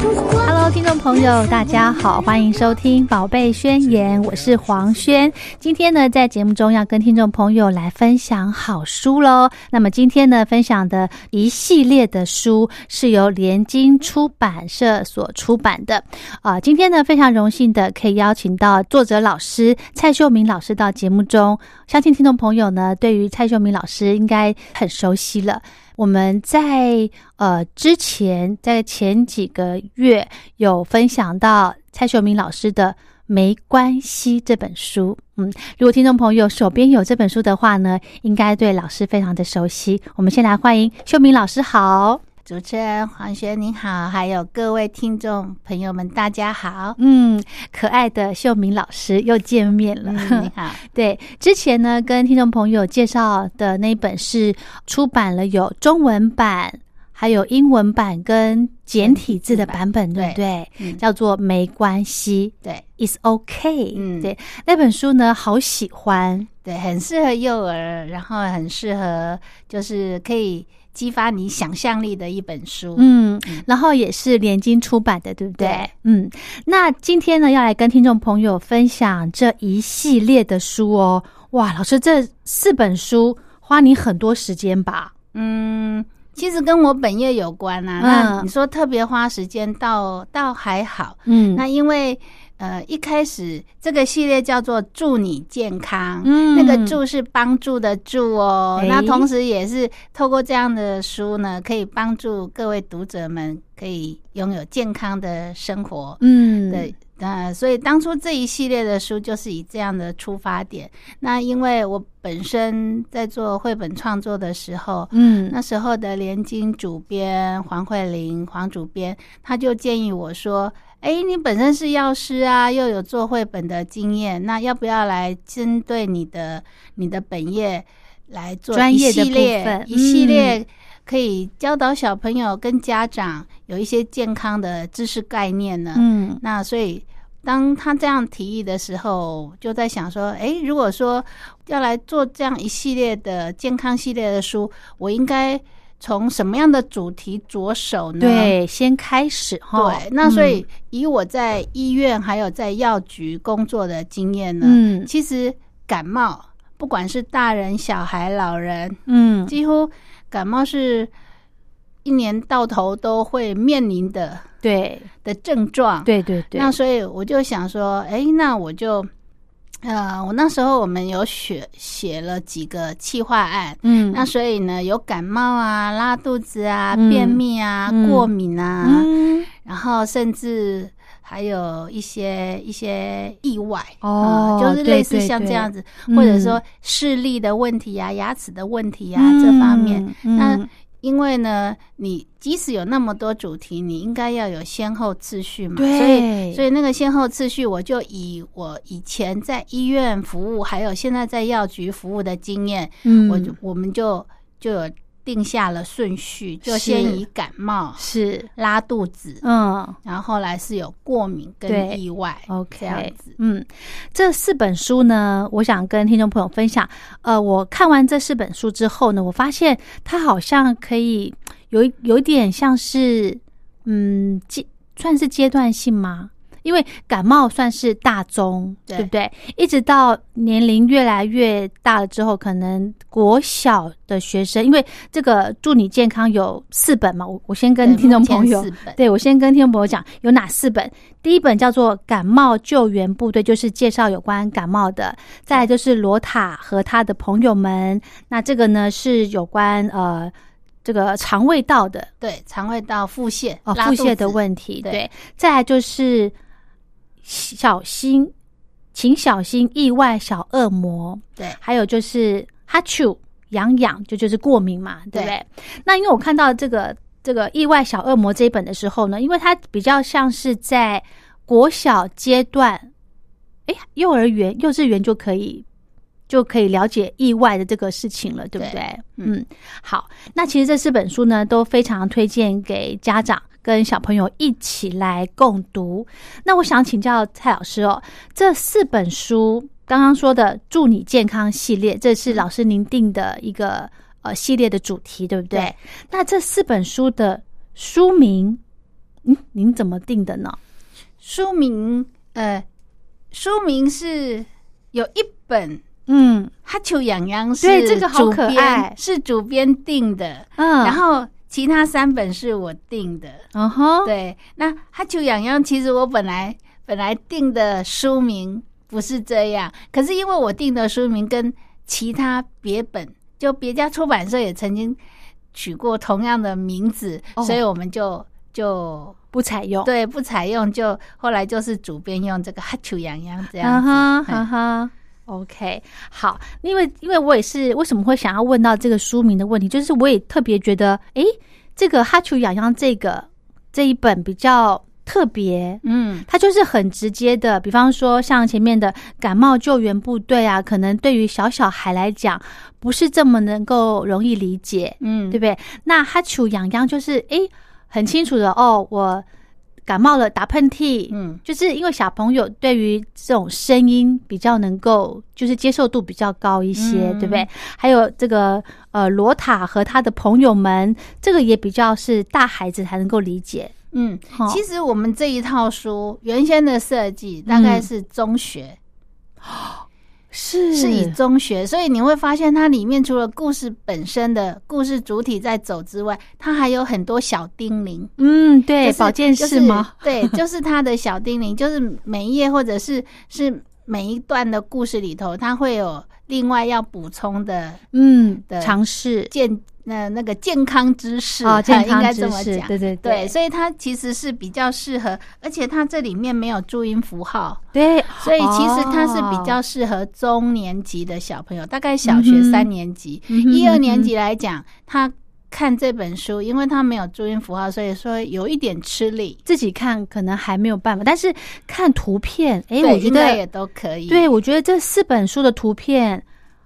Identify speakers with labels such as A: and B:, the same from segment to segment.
A: Pourquoi
B: Hello，听众朋友，大家好，欢迎收听《宝贝宣言》，我是黄轩。今天呢，在节目中要跟听众朋友来分享好书喽。那么今天呢，分享的一系列的书是由联经出版社所出版的。啊、今天呢，非常荣幸的可以邀请到呃作者老师蔡秀明老师到节目中。相信听众朋友呢，对于蔡秀明老师应该很熟悉了。我们在呃之前，在前几个月有分享到蔡秀明老师的《没关系》这本书。嗯，如果听众朋友手边有这本书的话呢，应该对老师非常的熟悉。我们先来欢迎秀明老师，好。
C: 主持人黄轩您好，还有各位听众朋友们，大家好。
B: 嗯，可爱的秀明老师又见面了。
C: 嗯，你好，
B: 对，之前呢跟听众朋友介绍的那一本是出版了有中文版，还有英文版跟简体字的版本，对不对？
C: 嗯
B: 叫做《没关系
C: 对》
B: ，It's OK。
C: 嗯
B: 对，那本书呢好喜欢。
C: 对，很适合幼儿，然后很适合就是可以激发你想象力的一本书。
B: 嗯，然后也是联经出版的，对不对？
C: 对
B: 嗯，那今天呢，要来跟听众朋友分享这一系列的书哦。哇，老师，这四本书花你很多时间吧？
C: 嗯，其实跟我本业有关啊。
B: 嗯
C: 那你说特别花时间，倒倒还好。
B: 嗯
C: 那因为呃一开始这个系列叫做“祝你健康”，
B: 嗯
C: 那个“祝”是帮助的“祝”哦。
B: 哎
C: 那同时也是透过这样的书呢，可以帮助各位读者们可以拥有健康的生活。
B: 嗯，
C: 对，呃，所以当初这一系列的书就是以这样的出发点。那因为我本身在做绘本创作的时候，
B: 嗯，
C: 那时候的联经主编黄慧玲，黄主编，他就建议我说：“哎，你本身是药师啊，又有做绘本的经验，那要不要来针对你的你的本业来做
B: 专
C: 一
B: 业的
C: 系
B: 部
C: 列
B: 分
C: 一系
B: 嗯
C: 列可以教导小朋友跟家长有一些健康的知识概念呢？”
B: 嗯
C: 那所以当他这样提议的时候，就在想说，诶，如果说要来做这样一系列的健康系列的书，我应该从什么样的主题着手呢？。
B: 对，嗯先开始哈。
C: 嗯对，那所以以我在医院还有在药局工作的经验呢，
B: 嗯
C: 其实感冒不管是大人、小孩、老人，
B: 嗯
C: 几乎感冒是一年到头都会面临的
B: 对
C: 的症状。
B: 对对对，
C: 那所以我就想说，哎，那我就，呃，我那时候我们有写写了几个企划案，
B: 嗯
C: 那所以呢，有感冒啊、拉肚子啊、
B: 嗯
C: 便秘啊、
B: 嗯
C: 过敏啊，
B: 嗯
C: 然后甚至还有一些一些意外
B: 哦
C: 啊就是
B: 对
C: 类似
B: 对
C: 像这
B: 对
C: 样子，
B: 嗯
C: 或者说视力的问题啊、牙齿的问题啊、这方面，
B: 嗯
C: 那
B: 嗯
C: 因为呢，你即使有那么多主题，你应该要有先后次序嘛。
B: 对
C: 所以，所以那个先后次序，我就以我以前在医院服务，还有现在在药局服务的经验，
B: 嗯
C: 我就我们就就有定下了顺序，就是先以感冒、
B: 是，
C: 拉肚子，
B: 嗯
C: 然后后来是有过敏
B: 对哦
C: 跟意外这样
B: ，OK，
C: 子。
B: 嗯，这四本书呢，我想跟听众朋友分享。呃，我看完这四本书之后呢，我发现它好像可以有一有一点像是，嗯，阶算是阶段性吗？因为感冒算是大宗，
C: 对
B: 不对？一直到年龄越来越大了之后，可能国小的学生，因为这个“祝你健康”有四本嘛，我我先跟
C: 对
B: 听众
C: 目前
B: 朋友
C: 四本
B: 对，我先跟听众朋友讲有哪四本。第一本叫做《感冒救援部队》，就是介绍有关感冒的；再来就是罗塔和他的朋友们，那这个呢是有关呃这个肠胃道的
C: 对，肠胃道腹泻、
B: 哦
C: 拉
B: 腹
C: 肚
B: 泻的
C: 子
B: 问题，
C: 对
B: 对。再来就是小心，请小心意外小恶魔。
C: 对
B: 还有就是哈啾痒痒，就就是过敏嘛，对不对？那因为我看到这个这个意外小恶魔这一本的时候呢，因为它比较像是在国小阶段，哎，幼儿园、幼稚园就可以。就可以了解意外的这个事情了，对不对？
C: 对嗯
B: 嗯，好，那其实这四本书呢，都非常推荐给家长跟小朋友一起来共读。那我想请教蔡老师哦，这四本书刚刚说的“祝你健康”系列，这是老师您定的一个呃系列的主题，对不对？
C: 对
B: 那这四本书的书名，嗯，您怎么定的呢？
C: 书名，呃，书名是有一本《
B: 嗯
C: 哈丘痒痒》是
B: 对这个好
C: 主
B: 可
C: 编
B: 爱
C: 是主编定的，
B: 嗯，
C: 然后其他三本是我定的。
B: 嗯哼，
C: 对，那哈丘痒痒其实我本来本来定的书名不是这样，可是因为我定的书名跟其他别本就别家出版社也曾经取过同样的名字，
B: 哦
C: 所以我们就就
B: 不采用，
C: 对，不采用就后来就是主编用这个哈丘痒痒这样
B: 嗯
C: 子。
B: 哼，
C: 嗯
B: 嗯哼。OK，好，因为因为我也是为什么会想要问到这个书名的问题，就是我也特别觉得，诶，这个《哈丘痒痒》这个这一本比较特别，
C: 嗯，
B: 它就是很直接的，比方说像前面的感冒救援部队啊，可能对于小小孩来讲不是这么能够容易理解，
C: 嗯
B: 对不对？那哈楚痒痒就是诶，很清楚的哦，我感冒了，打喷嚏，
C: 嗯，
B: 就是因为小朋友对于这种声音比较能够，就是接受度比较高一些，
C: 嗯
B: 对不对？还有这个呃罗塔和他的朋友们，这个也比较是大孩子才能够理解，
C: 嗯
B: 哦，
C: 其实我们这一套书原先的设计大概
B: 嗯
C: 是中学，
B: 是
C: 是以中学，所以你会发现它里面除了故事本身的故事主体在走之外，它还有很多小叮咛。
B: 嗯，对，
C: 就是
B: 保健室吗？？
C: 就是 对，就是他的小叮咛，就是每一页或者是是每一段的故事里头，它会有另外要补充的
B: 嗯，
C: 对
B: 尝试
C: 健呃那个健康知识呃
B: 哦，健
C: 应
B: 康
C: 该
B: 知
C: 这么
B: 识，
C: 讲。
B: 对对
C: 对，所以它其实是比较适合，而且它这里面没有注音符号，
B: 对，
C: 所以其实它是比较
B: 哦
C: 适合中年级的小朋友，大概小学
B: 嗯哼
C: 三年级、
B: 嗯哼
C: 一二年
B: 嗯
C: 级来讲，他看这本书，因为他没有注音符号，所以说有一点吃力。
B: 自己看可能还没有办法，但是看图片，哎，
C: 对
B: 我觉
C: 应该也
B: 得，
C: 都可以。
B: 对我觉得这四本书的图片，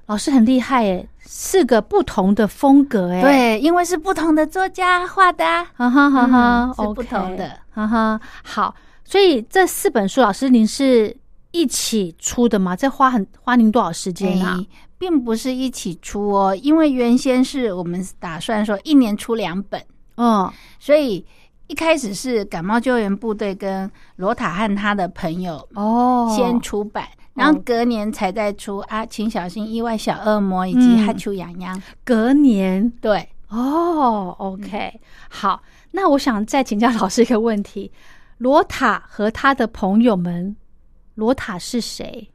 B: 老师很厉害耶，四个不同的风格，哎，，
C: 对，因为是不同的作家画的啊、
B: 哈哈哈哈
C: 嗯，是不同的，
B: 哈哈，好，所以这四本书，老师您是一起出的吗？这花很花您多少时间啊
C: 哎？并不是一起出哦，因为原先是我们打算说一年出两本，
B: 嗯，
C: 所以一开始是感冒救援部队跟罗塔和他的朋友
B: 哦，
C: 先出版，然后隔年才再出啊，请小心意外小恶魔以及
B: 嗯
C: 哈丘痒痒。
B: 隔年
C: 对，
B: 哦，OK，、好，那我想再请教老师一个问题：罗塔和他的朋友们，罗塔是谁？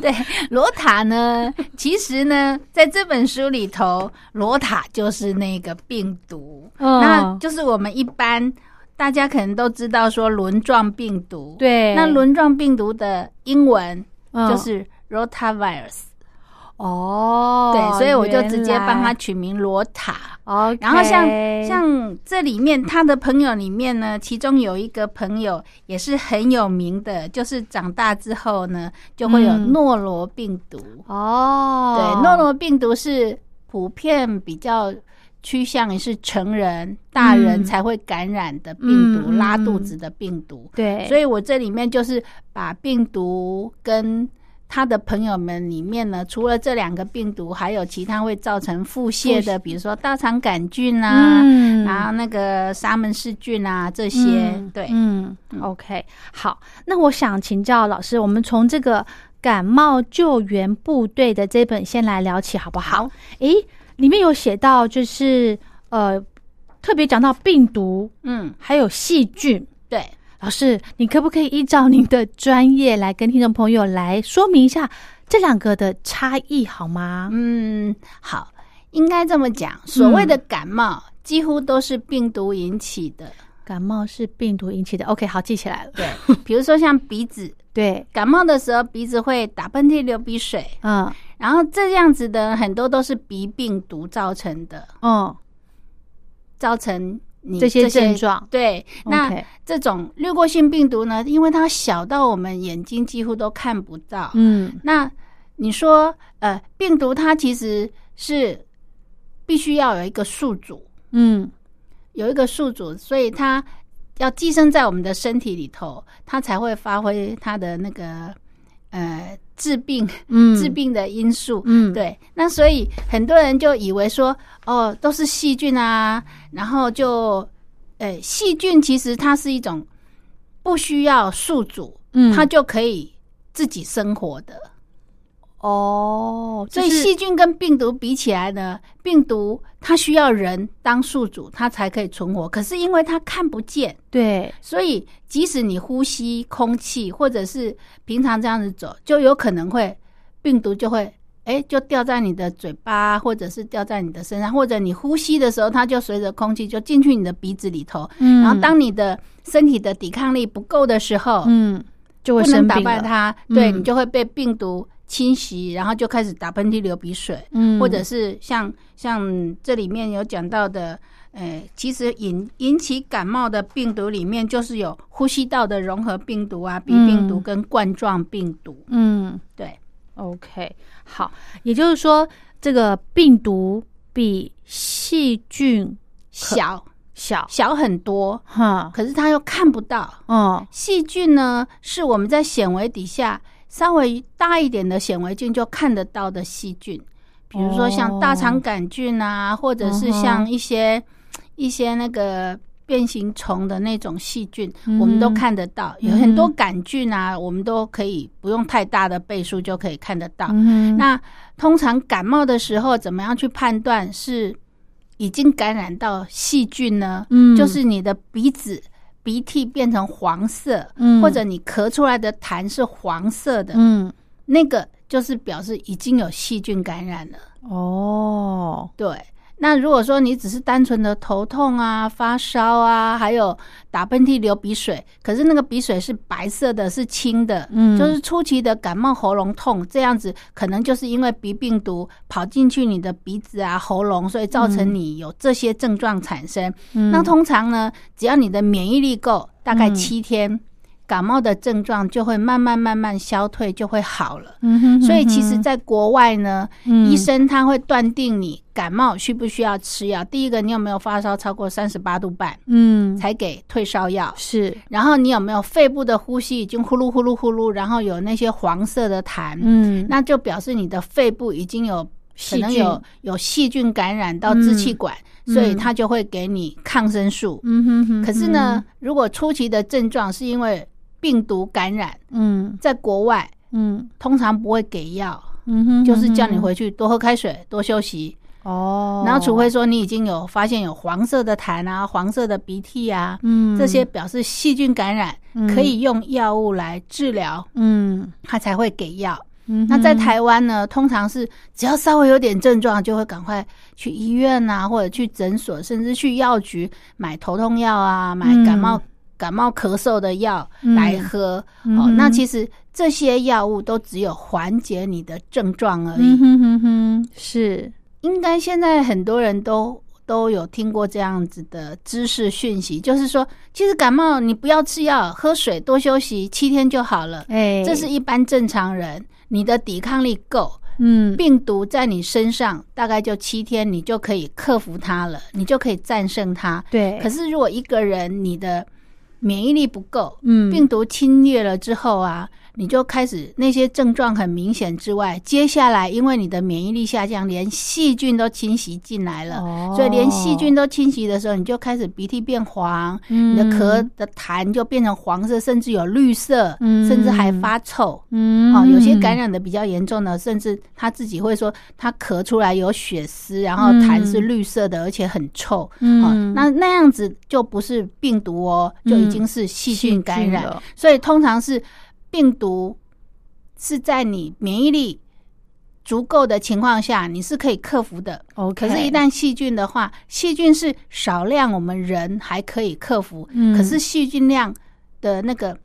C: 对，罗塔呢，其实呢，在这本书里头，罗塔就是那个病毒，
B: 嗯
C: 那就是我们一般大家可能都知道说轮状病毒。，
B: 对
C: 那轮状病毒的英文
B: 嗯
C: 就是 rotavirus，、
B: 哦，
C: 对，所以我就直接帮他
B: 原
C: 取名罗塔。
B: 来，OK，
C: 然后像像这里面他的朋友里面呢，其中有一个朋友也是很有名的，就是长大之后呢，就会有
B: 嗯
C: 诺罗病毒。
B: 哦，
C: 对，诺罗病毒是普遍比较趋向于是成人、大人
B: 嗯
C: 才会感染的病毒，
B: 嗯嗯
C: 拉肚
B: 嗯
C: 子的病毒。
B: 对，
C: 所以我这里面就是把病毒跟他的朋友们里面呢，除了这两个病毒，还有其他会造成腹泻的，比如说大肠杆菌啊，
B: 嗯
C: 然后那个沙门氏菌啊这些。
B: 嗯
C: 对，
B: 嗯，OK，好，那我想请教老师，我们从这个感冒救援部队的这本先来聊起，好不好？诶，里面有写到，就是呃，特别讲到病毒
C: 嗯，
B: 还有细菌。
C: 对，
B: 老师，你可不可以依照您的专业来跟听众朋友来说明一下这两个的差异好吗？
C: 嗯，好，应该这么讲，所谓的感冒。几乎都是病毒引起 的，
B: 感冒是病毒引起的，OK，好，记起来了。
C: 对，比如说像鼻子，
B: 对，
C: 感冒的时候鼻子会打喷嚏、流鼻水，
B: 嗯
C: 然后这样子的很多都是鼻病毒造成的。
B: 嗯，
C: 造成你
B: 这些症状
C: 对，那
B: OK
C: 这种滤过性病毒呢，因为它小到我们眼睛几乎都看不到。
B: 嗯，
C: 那你说，呃，病毒它其实是必须要有一个宿主，
B: 嗯，
C: 有一个宿主，所以它要寄生在我们的身体里头，它才会发挥它的那个呃治病
B: 嗯
C: 治病的因素。
B: 嗯
C: 对。那所以很多人就以为说，哦，都是细菌啊，然后就呃，细菌其实它是一种不需要宿主，
B: 嗯
C: 它就可以自己生活的。
B: 哦，
C: 所以
B: 就是
C: 细菌跟病毒比起来呢，病毒它需要人当宿主，它才可以存活。可是因为它看不见，
B: 对，
C: 所以即使你呼吸空气，或者是平常这样子走，就有可能会病毒就会哎、诶就掉在你的嘴巴，或者是掉在你的身上，或者你呼吸的时候，它就随着空气就进去你的鼻子里头。
B: 嗯
C: 然后当你的身体的抵抗力不够的时候，
B: 嗯就会
C: 不能
B: 生
C: 打
B: 病
C: 败
B: 了，
C: 它，对
B: 嗯
C: 你就会被病毒侵袭，然后就开始打喷嚏、流鼻水，
B: 嗯
C: 或者是像像这里面有讲到的，呃，其实引引起感冒的病毒里面就是有呼吸道的融合病毒啊、鼻病毒
B: 嗯
C: 跟冠状病毒，
B: 嗯
C: 对，
B: ，OK，好，也就是说这个病毒比细菌
C: 小
B: 小，
C: 小很多，
B: 哈，
C: 可是它又看不到。
B: 嗯
C: 细菌呢，是我们在显微底下稍微大一点的显微镜就看得到的细菌，比如说像大肠杆菌啊，或者是
B: 哦
C: 像一些、一些那个变形虫的那种细菌，
B: 嗯
C: 我们都看得到。有
B: 嗯哼
C: 很多杆菌啊，我们都可以不用太大的倍数就可以看得到。
B: 嗯哼，
C: 那通常感冒的时候，怎么样去判断是已经感染到细菌呢？
B: 嗯
C: 就是你的鼻子、鼻涕变成黄色，
B: 嗯
C: 或者你咳出来的痰是黄色的，
B: 嗯
C: 那个就是表示已经有细菌感染了。
B: 哦，
C: 对。那如果说你只是单纯的头痛啊、发烧啊，还有打喷嚏、流鼻水，可是那个鼻水是白色的，是清的，
B: 嗯
C: 就是初期的感冒喉咙痛这样子，可能就是因为鼻病毒跑进去你的鼻子啊、喉咙，所以造成你有这些症状产生。
B: 嗯
C: 那通常呢，只要你的免疫力够，大概
B: 嗯
C: 七天，感冒的症状就会慢慢慢慢消退，就会好了。
B: 嗯哼，
C: 所以其实，
B: 嗯哼
C: 在国外呢，
B: 嗯
C: 医生他会断定你感冒需不需要吃药。第一个，你有没有发烧超过三十八度半，
B: 嗯
C: 才给退烧药。
B: 是
C: 然后你有没有肺部的呼吸已经呼噜呼噜呼噜，然后有那些黄色的痰，
B: 嗯
C: 那就表示你的肺部已经有可
B: 细
C: 能
B: 菌
C: 有有细菌感染到支气管，
B: 嗯
C: 所以他就会给你抗生素。
B: 嗯哼哼，
C: 可是呢，如果初期的症状是因为病毒感染，
B: 嗯
C: 在国外
B: 嗯
C: 通常不会给药，
B: 嗯哼，
C: 就是叫你回去多喝开水、多休息。
B: 哦，
C: 然后，除非说你已经有发现有黄色的痰啊、黄色的鼻涕啊，
B: 嗯
C: 这些表示细菌感染，
B: 嗯
C: 可以用药物来治疗，
B: 嗯
C: 他才会给药。
B: 嗯哼，
C: 那在台湾呢，通常是只要稍微有点症状，就会赶快去医院啊，或者去诊所，甚至去药局买头痛药啊，买感冒、
B: 嗯
C: 感冒咳嗽的药
B: 嗯
C: 来喝。
B: 嗯
C: 哦，
B: 哼
C: 那其实这些药物都只有缓解你的症状而已。
B: 嗯哼哼哼，是，
C: 应该现在很多人都都有听过这样子的知识讯息，就是说，其实感冒你不要吃药，喝水，多休息，七天就好了。
B: 哎，
C: 这是一般正常人，你的抵抗力够，
B: 嗯，
C: 病毒在你身上大概就七天，你就可以克服它了，你就可以战胜它。
B: 对，
C: 可是如果一个人你的免疫力不够，
B: 嗯
C: 病毒侵略了之后啊，你就开始那些症状很明显之外，接下来因为你的免疫力下降，连细菌都侵袭进来了，
B: 哦
C: 所以连细菌都侵袭的时候，你就开始鼻涕变黄，
B: 嗯
C: 你的咳的痰就变成黄色，甚至有绿色，
B: 嗯
C: 甚至还发臭。
B: 嗯，
C: 哦，有些感染的比较严重的，甚至他自己会说他咳出来有血丝，然后痰是绿色的，而且很臭。
B: 嗯
C: 哦，那那样子就不是病毒哦，就已经是细菌感
B: 嗯细菌
C: 染
B: 了。
C: 所以通常是病毒是在你免疫力足够的情况下，你是可以克服的。
B: OK，
C: 可是，一旦细菌的话，细菌是少量，我们人还可以克服。
B: 嗯
C: 可是细菌量的那个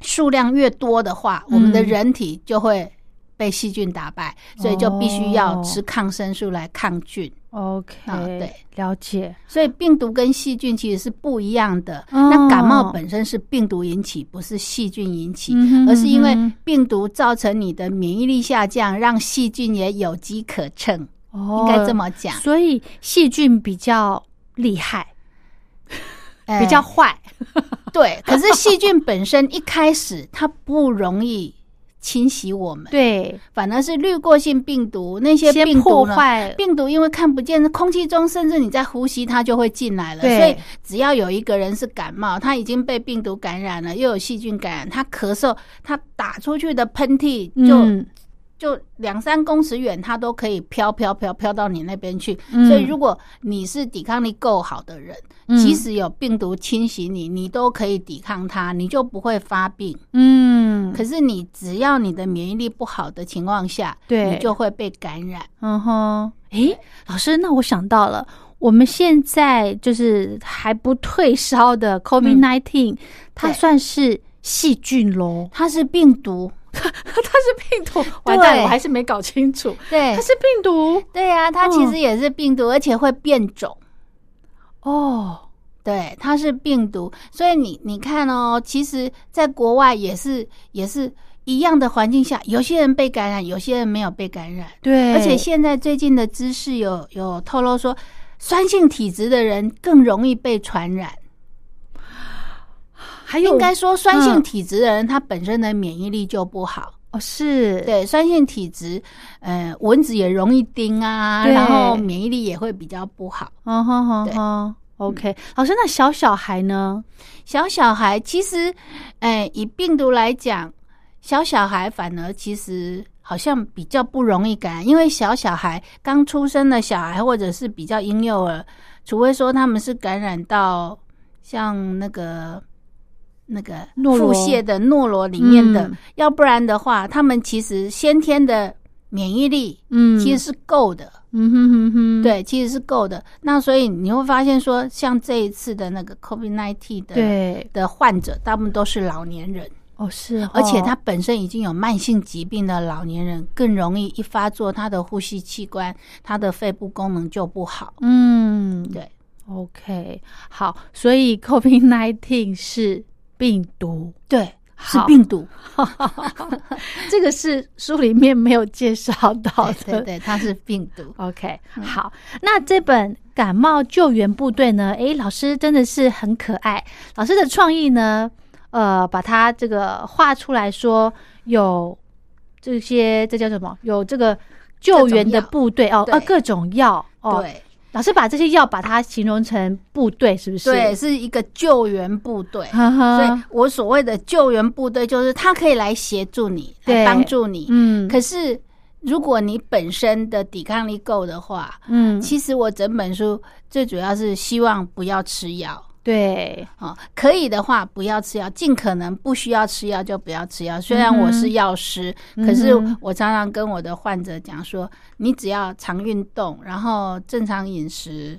C: 数量越多的话，我
B: 嗯
C: 们的人体就会被细菌打败，所以就必须要
B: 哦
C: 吃抗生素来抗菌。
B: OK，、
C: 啊对，
B: 了解，
C: 所以病毒跟细菌其实是不一样的。
B: 哦
C: 那感冒本身是病毒引起，不是细菌引起，
B: 嗯哼
C: 而是因为
B: 嗯哼
C: 病毒造成你的免疫力下降，让细菌也有机可乘，
B: 哦
C: 应该这么讲。
B: 所以细菌比较厉害，
C: 呃
B: 比较坏，
C: 对， 可是细菌本身一开始它不容易侵袭我们，，
B: 对，
C: 反而是滤过性病毒那些
B: 先
C: 病
B: 破
C: 毒呢。
B: 坏，
C: 病毒因为看不见，空气中甚至你在呼吸，它就会进来了。
B: 对
C: 所以只要有一个人是感冒，他已经被病毒感染了，又有细菌感染，他咳嗽，他打出去的喷嚏就、
B: 嗯
C: 就两三公尺远，它都可以飘飘飘飘到你那边去。
B: 嗯
C: 所以，如果你是抵抗力够好的人，
B: 嗯
C: 即使有病毒侵袭你，你都可以抵抗它，你就不会发病。
B: 嗯
C: 可是，你只要你的免疫力不好的情况下，
B: 对
C: 你就会被感染。
B: 嗯哼，诶，老师，那我想到了。我们现在就是还不退烧的 COVID nineteen，、它
C: 对？
B: 算是细菌喽
C: 它是病毒，
B: 它是病毒，
C: 完蛋我还
B: 是没搞清楚，
C: 对
B: 它是病毒
C: 对啊，它
B: 嗯
C: 其实也是病毒，而且会变种。
B: 哦。
C: 对，它是病毒，所以你你看哦，其实在国外也是也是一样的环境下，有些人被感染，有些人没有被感染。
B: 对，
C: 而且现在最近的知识有有透露说，酸性体质的人更容易被传染。
B: 还有
C: 应该说，酸性
B: 哎嗯
C: 体质的人他本身的免疫力就不好。
B: 哦是，
C: 对，酸性体质，呃，蚊子也容易叮啊，
B: 对
C: 然后免疫力也会比较不好。
B: 嗯哼哼
C: 对
B: 哼，OK，老师，那小小孩呢？
C: 小小孩其实，呃，以病毒来讲，小小孩反而其实好像比较不容易感染，因为小小孩刚出生的小孩或者是比较婴幼儿，除非说他们是感染到像那个。那个
B: 诺罗
C: 腹泻的诺罗里面的，
B: 嗯
C: 要不然的话，他们其实先天的免疫力
B: 嗯
C: 其实是够的，
B: 嗯哼哼哼，
C: 对，其实是够的。那所以你会发现说，像这一次的那个 COVID nineteen 的
B: 对，
C: 的患者大部分都是老年人，
B: 哦是哦，
C: 而且他本身已经有慢性疾病的老年人更容易一发作，他的呼吸器官、他的肺部功能就不好。
B: 嗯，
C: 对，
B: ，OK，好，所以 COVID nineteen 是病毒，
C: 对，是
B: 好
C: 病毒。
B: 这个是书里面没有介绍到的，
C: 对对嗯对，它是病毒。
B: OK，、好，那这本《感冒救援部队》呢？诶，老师真的是很可爱，老师的创意呢，呃，把它这个画出来说有这些，这叫什么？有这个救援的部队哦，
C: 对
B: 呃，各种药 哦。，
C: 对
B: 老师把这些药把它形容成部队，是不是？嗯
C: 对，，是一个救援部队。
B: 呵
C: 所
B: 呵
C: 以，我所谓的救援部队，就是他可以来协助你，
B: 对
C: 来帮助你。
B: 嗯
C: 可是，如果你本身的抵抗力够的话，
B: 嗯，
C: 其实我整本书最主要是希望不要吃药。
B: 对，
C: 哦，可以的话不要吃药，尽可能不需要吃药就不要吃药。虽然我是药师，
B: 嗯哼
C: 可是我常常跟我的患者讲说，你只要常运动，然后正常饮食，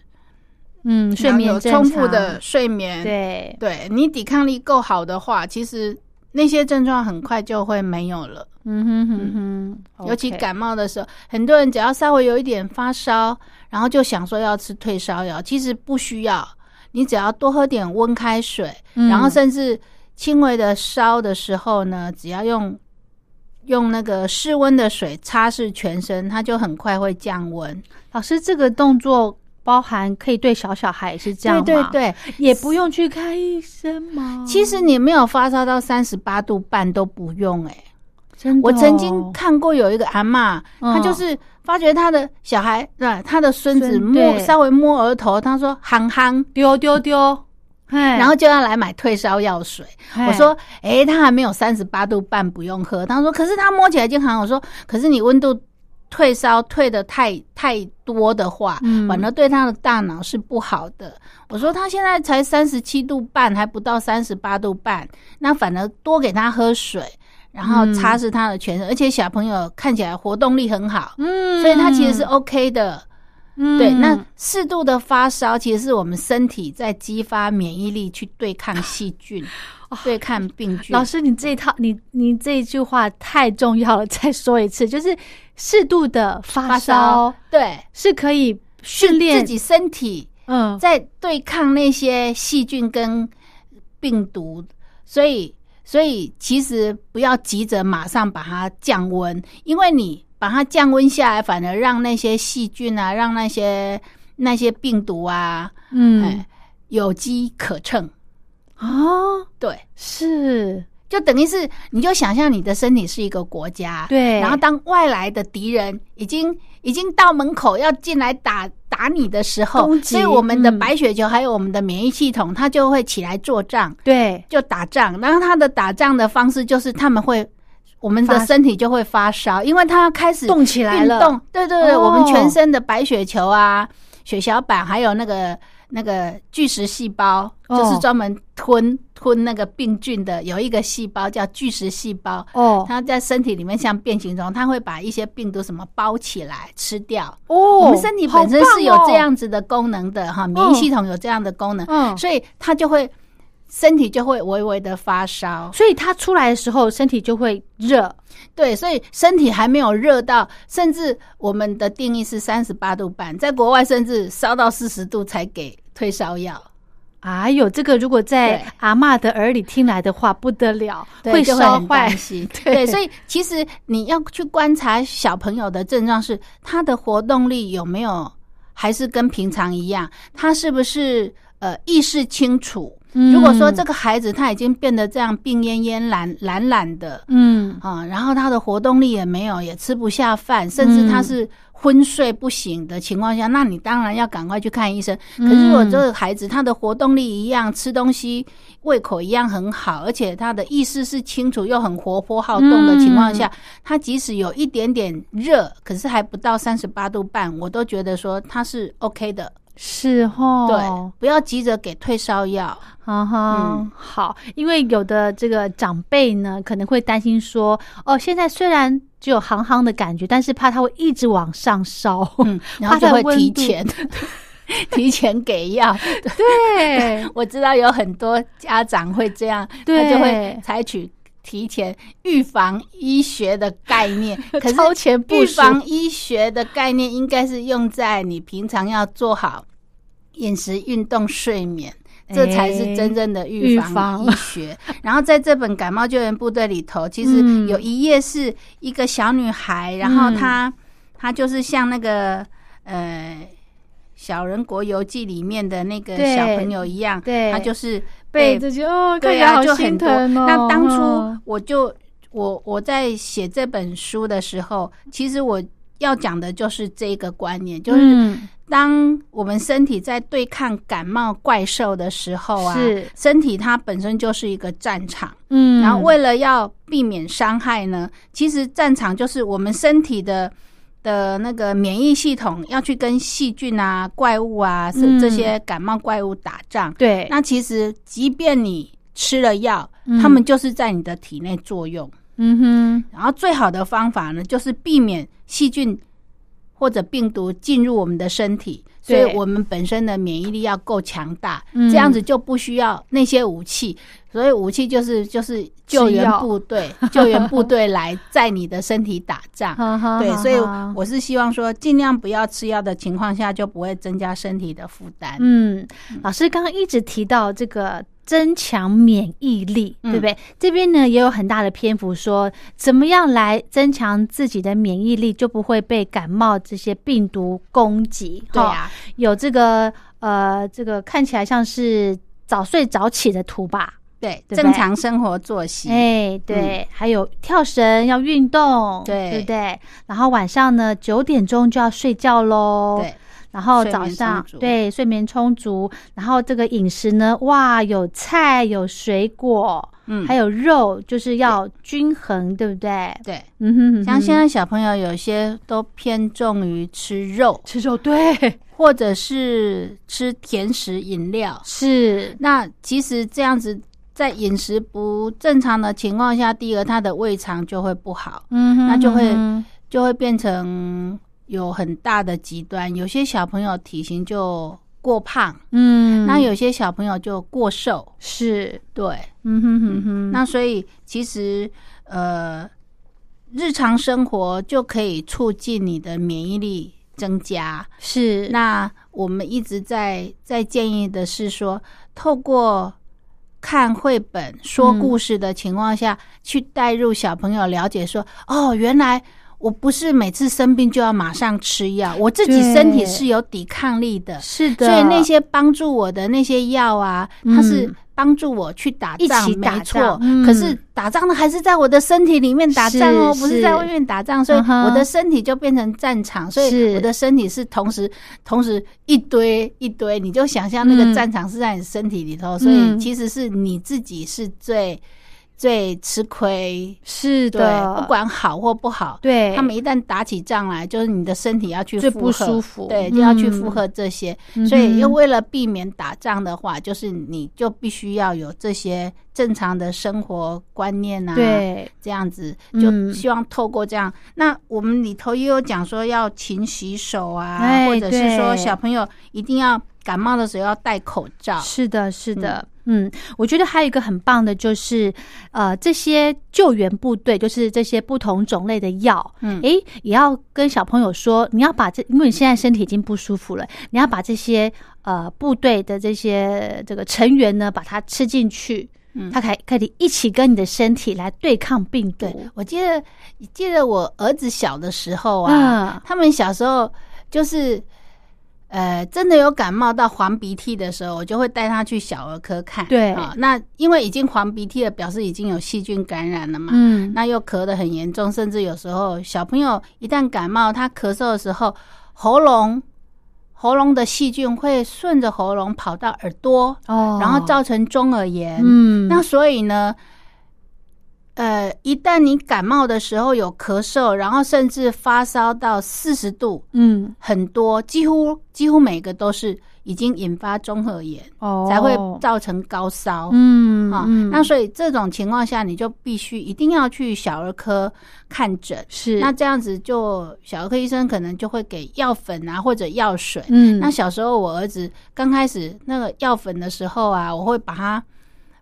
B: 嗯，睡眠
C: 然后有
B: 正常
C: 充足的，睡眠，，
B: 对，
C: 对你抵抗力够好的话，其实那些症状很快就会没有了。
B: 嗯哼哼哼，
C: 尤其
B: OK
C: 感冒的时候，很多人只要稍微有一点发烧，然后就想说要吃退烧药，其实不需要，你只要多喝点温开水，
B: 嗯
C: 然后甚至轻微的烧的时候呢，只要用用那个室温的水擦拭全身，它就很快会降温。
B: 老师，这个动作包含可以对小小孩也是这样
C: 对
B: 吗？
C: 对，对，
B: 也不用去看医生吗？
C: 其实你没有发烧到三十八度半都不用哎、
B: 真的哦
C: 我曾经看过有一个阿嬷，
B: 嗯
C: 她就是发觉她的小孩，那、她的孙子
B: 孙
C: 摸
B: 对
C: 稍微摸额头，她说“憨憨
B: 丢丢丢，”，然
C: 然后就要来买退烧药水。
B: 哎
C: 我说：“诶、他还没有三十八度半，不用喝。”她说：“可是他摸起来就很好。”我说：“可是你温度退烧退的太太多的话，
B: 嗯
C: 反而对他的大脑是不好的。”我说：“他现在才三十七度半，还不到三十八度半，那反而多给他喝水。”然后
B: 嗯
C: 擦拭他的全身，而且小朋友看起来活动力很好，
B: 嗯
C: 所以他其实是 OK 的。
B: 嗯
C: 对，那适度的发烧其实是我们身体在激发免疫力去对抗细菌、对抗病菌。
B: 哦老师，你这一套，你你这一句话太重要了，再说一次，就是适度的发
C: 发
B: 烧
C: 烧，对，
B: 是可以训
C: 训
B: 练
C: 练自己身体
B: 嗯
C: 在对抗那些细菌跟病毒，所以所以其实不要急着马上把它降温，因为你把它降温下来，反而让那些细菌啊，让那些那些病毒啊，
B: 嗯
C: 哎，有机可乘。
B: 哦，
C: 对，
B: 是
C: 就等于是你就想象你的身体是一个国家，
B: 对
C: 然后当外来的敌人已经已经到门口要进来打打你的时候
B: 攻，击
C: 所以我们的
B: 嗯
C: 白血球还有我们的免疫系统，它就会起来作战，
B: 对，
C: 就打仗。然后它的打仗的方式就是他们会。我们的
B: 发
C: 身体就会发烧，因为它要开始
B: 动起来
C: 运
B: 了
C: 动，对对对，
B: 哦
C: 我们全身的白血球啊、血小板，还有那个那个巨石细胞，
B: 哦
C: 就是专门吞吞那个病菌的，有一个细胞叫巨石细胞。
B: 哦
C: 它在身体里面像变形虫，它会把一些病毒什么包起来吃掉。
B: 哦，
C: 我们身体本身是有
B: 好棒哦
C: 这，样子的功能的哈，免疫系统有这样的功能，
B: 嗯，
C: 所以它就会身体就会微微的发烧。
B: 所以它出来的时候身体就会热，
C: 对，所以身体还没有热到，甚至我们的定义是三十八度半，在国外甚至烧到四十度才给退烧药，
B: 哎呦，这个如果在
C: 对
B: 阿嬷的耳里听来的话，不得了，
C: 对就会
B: 烧
C: 很
B: 坏
C: 担。 心。
B: 对
C: 对，所以其实你要去观察小朋友的症状是他的活动力有没有还是跟平常一样，他是不是呃意识清楚？
B: 嗯
C: 如果说这
B: 个，
C: 个孩子他已经变得这样病恹恹、懒懒懒的，
B: 嗯，
C: 啊、然后他的活动力也没有，也吃不下饭，甚至
B: 嗯
C: 他是昏睡不醒的情况下，那你当然要赶快去看医生。可是
B: 嗯
C: 如果这个孩子他的活动力一样，吃东西胃口一样很好，而且他的意识是清楚又很活泼好动的情况下，
B: 嗯
C: 他即使有一点点热，可是还不到三十八度半，我都觉得说他是 OK 的。
B: 是哦，
C: 对，不要急着给退烧药。
B: 哈哈，
C: 嗯
B: 好，因为有的这个长辈呢，可能会担心说，哦，现在虽然只有行行的感觉，但是怕它会一直往上烧，
C: 嗯，然后
B: 怕
C: 就
B: 哦它
C: 会
B: 温
C: 提
B: 度
C: 前提前给药。
B: 对，
C: 我知道有很多家长会这样，
B: 对
C: 他就会采取提前预防医学的概 念，可是
B: 超前部
C: 预
B: 署
C: 防医学的概念应该是用在你平常要做好饮食、运动、睡眠。这才是真正的预
B: 哎预
C: 防
B: 防
C: 医学。然后在这本《感冒救援部队》里头，其实
B: 嗯
C: 有一页是一个小女孩，然后她她就是像那个呃《小人国游记》里面的那个
B: 对
C: 小朋友一样，
B: 对
C: 她就是
B: 背着就哦，看
C: 对
B: 起来
C: 啊，
B: 好
C: 就
B: 心
C: 很多。
B: 疼哦。
C: 那当初
B: 嗯
C: 我就我我在写这本书的时候，其实我要讲的就是这个观念，就是
B: 嗯
C: 当我们身体在对抗感冒怪兽的时候啊，
B: 是
C: 身体它本身就是一个战场。
B: 嗯，
C: 然后为了要避免伤害呢，其实战场就是我们身体的的那个免疫系统要去跟细菌啊、怪物啊，是
B: 嗯
C: 这些感冒怪物打仗。
B: 对，
C: 那其实即便你吃了药，
B: 嗯
C: 它们就是在你的体内作用。
B: 嗯
C: 然后最好的方法呢，就是避免细菌或者病毒进入我们的身体。所以
B: 对
C: 我们本身的免疫力要够强大，
B: 嗯
C: 这样子就不需要那些武器。所以武器就是就是救援
B: 药
C: 部队，救援部队来在你的身体打 仗
B: 哼，。哈哈，
C: 对，
B: 哈
C: 所以
B: 啊哈
C: 我是希望说，尽量不要吃药的
B: 嗯
C: 情况下，就不会增加身体的负担。
B: 嗯，老师刚刚一直提到这个增强免疫力，
C: 嗯
B: 对不对？这边呢也有很大的篇幅说，怎么样来增强自己的免疫力，就不会被感冒这些病毒攻击。
C: 对
B: 哈
C: 啊，
B: 有这个呃，这个看起来像是早睡早起的图吧？
C: 对，
B: 对不对
C: 正常生活作息，
B: 哎，对，还有跳绳要运动，
C: 嗯对
B: 对不对？然后晚上呢九点钟就要睡觉喽，
C: 对，
B: 然后
C: 睡
B: 早
C: 眠
B: 上
C: 充足
B: 对睡眠充足，然后这个饮食呢，哇，有菜有水果，
C: 嗯，
B: 还有肉，就是要均衡，对不对？
C: 对，
B: 嗯哼嗯哼
C: 像现在小朋友有些都偏重于吃肉，
B: 吃肉，对，
C: 或者是吃甜食饮料。
B: 是，
C: 那其实这样子，在饮食不正常的情况下，第一个他的胃肠就会不好，
B: 嗯哼
C: 那就会
B: 嗯哼
C: 就会变成有很大的极端。有些小朋友体型就过胖，
B: 嗯，
C: 那有些小朋友就过瘦。
B: 是，
C: 对，
B: 嗯哼哼哼，
C: 那所以其实呃，日常生活就可以促进你的免疫力增加。
B: 是
C: 那我们一直在在建议的是说，透过看绘本、
B: 嗯
C: 说故事的情况下，去带入小朋友了解说，哦，原来我不是每次生病就要马上吃药，我自己
B: 对
C: 身体是有抵抗力的，
B: 是的，
C: 所以那些帮助我的那些药啊，它是
B: 嗯
C: 帮助我去打仗，
B: 一起打仗
C: 没错。
B: 嗯
C: 可是打仗的还是在我的身体里面打仗哦，
B: 是
C: 不
B: 是
C: 是在外面打仗，所以
B: 嗯哼
C: 我的身体就变成战场，所
B: 是
C: 以我的身体是同时同时一堆一堆，你就想象那
B: 嗯
C: 个战场是在你身体里头，所以
B: 嗯
C: 其实是你自己是最最吃亏。
B: 是
C: 对
B: 的，，
C: 不管好或不好，
B: 对
C: 他们一旦打起仗来，就是你的身体要去
B: 哎最
C: 负
B: 不
C: 荷
B: 舒服
C: 对，就要去
B: 嗯
C: 负荷这些。
B: 嗯哼
C: 所以，又为了避免打仗的话，就是你就必须要有这些正常的生活观念啊，，
B: 对，
C: 这样子
B: 嗯
C: 就希望透过这样。那我们里头也有讲说要勤洗手啊，
B: 哎
C: 或者是说
B: 对
C: 小朋友一定要感冒的时候要戴口罩。
B: 是的，是的，嗯，我觉得还有一个很棒的就是，呃，这些救援部队，就是这些不同种类的药，
C: 嗯
B: 诶，也要跟小朋友说，你要把这，因为你现在身体已经不舒服了，你要把这些呃部队的这些这个成员呢，把它吃进去，嗯，它可以可以一起跟你的身体来对抗病毒，
C: 对，我记得记得我儿子小的时候啊，
B: 嗯
C: 他们小时候就是。呃，真的有感冒到黄鼻涕的时候，我就会带他去小儿科看。
B: 对
C: 啊、那因为已经黄鼻涕了，表示已经有细菌感染了嘛。
B: 嗯，
C: 那又咳得很严重，甚至有时候小朋友一旦感冒，他咳嗽的时候，喉咙喉咙的细菌会顺着喉咙跑到耳朵，
B: 哦，
C: 嗯然后造成中耳炎。
B: 嗯，
C: 那所以呢，呃，一旦你感冒的时候有咳嗽，然后甚至发烧到四十度，
B: 嗯
C: 很多几乎几乎每个都是已经引发中耳炎，
B: 哦
C: 才会造成高烧。
B: 嗯
C: 啊、
B: 嗯
C: 那所以这种情况下，你就必须一定要去小儿科看诊。
B: 是
C: 那这样子就小儿科医生可能就会给药粉啊或者药水。
B: 嗯
C: 那小时候我儿子刚开始那个药粉的时候啊，我会把它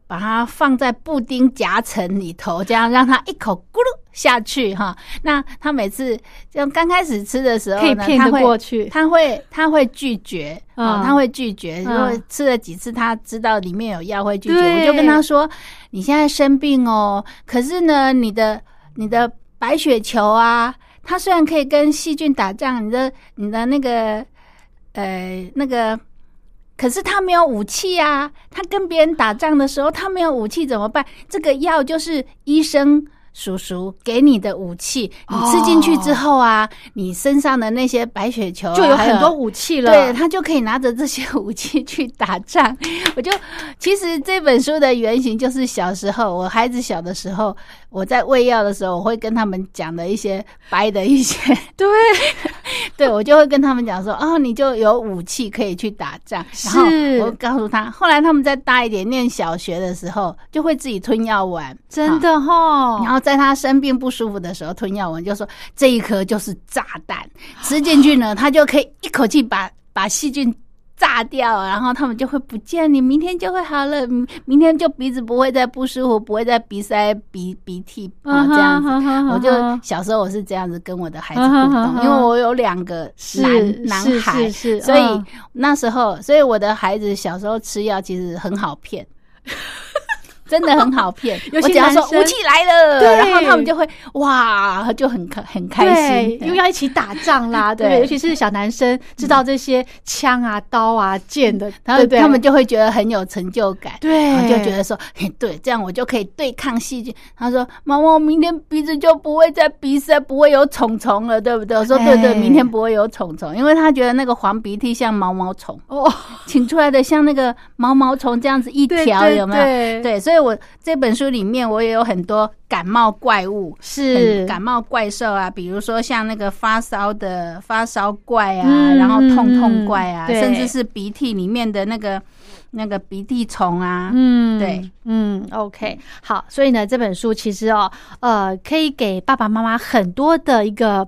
C: 把它放在布丁夹层里头，这样让它一口咕噜下去哈。那他每次就刚开始吃的时候
B: 可以
C: 呢，
B: 骗
C: 他
B: 得
C: 会
B: 过去
C: 他会他会拒绝啊、
B: 嗯
C: 他会拒绝。
B: 嗯
C: 如果吃了几次，他知道里面有药会拒绝，
B: 对
C: 我就跟他说：“你现在生病哦，可是呢，你的你的白血球啊，它虽然可以跟细菌打仗，你的你的那个呃那个。”可是它没有武器啊！它跟别人打仗的时候，它没有武器怎么办？这个药就是医生叔叔给你的武器，你吃进去之后啊，你身上的那些白血球啊、
B: 就有
C: 还
B: 很多武器了，
C: 对他就可以拿着这些武器去打仗。我就其实这本书的原型就是小时候我孩子小的时候，我在喂药的时候，我会跟他们讲的一些掰的一些，
B: 对，
C: 对我就会跟他们讲说，哦，你就有武器可以去打仗。然后
B: 是
C: 我告诉他，后来他们再大一点，念小学的时候，就会自己吞药丸，啊
B: 真的哈、
C: 然后在他生病不舒服的时候吞药丸，就说这一颗就是炸弹，吃进 去呢，他就可以一口气把把细菌炸掉，然后他们就会不见，你明天就会好了，明明天就鼻子不会再不舒服，不会再鼻塞、鼻鼻涕啊、
B: 嗯
C: 这样子。我就小时候我是这样子跟我的孩子互
B: 嗯哼嗯
C: 动，
B: 哼
C: 因为我有两个
B: 是
C: 男男孩
B: 是是是，
C: 所以
B: 嗯
C: 那时候，所以我的孩子小时候吃药其实很好骗。真的很好骗
B: 。尤其
C: 我只要说
B: 男生
C: 武器来了，
B: 对
C: 然后他们就会哇，就很开很开心。
B: 对，又要一起打仗 啦，对，
C: 对嗯
B: 尤其是小男生知道这些枪啊、刀啊、剑的，对
C: 然后
B: 不对
C: 他们就会觉得很有成就感，
B: 对
C: 然后就觉得说，嘿，对，这样我就可以对抗细菌。他说，妈妈，我明天鼻子就不会再鼻塞，不会有虫虫了，对不对？我说，对对，
B: 哎
C: 明天不会有虫虫，因为他觉得那个黄鼻涕像毛毛虫，
B: 哦，
C: 请出来的像那个毛毛虫这样子一
B: 对
C: 条，
B: 对
C: 有没有？
B: 对
C: 对，所以我这本书里面我也有很多感冒怪物，
B: 是
C: 很感冒怪兽啊，比如说像那个发烧的发烧怪啊，
B: 嗯
C: 然后痛痛怪啊，
B: 对
C: 甚至是鼻涕里面的那个那个鼻涕虫啊，
B: 嗯，
C: 对，
B: 嗯，OK，好，所以呢，这本书其实哦，呃，可以给爸爸妈妈很多的一个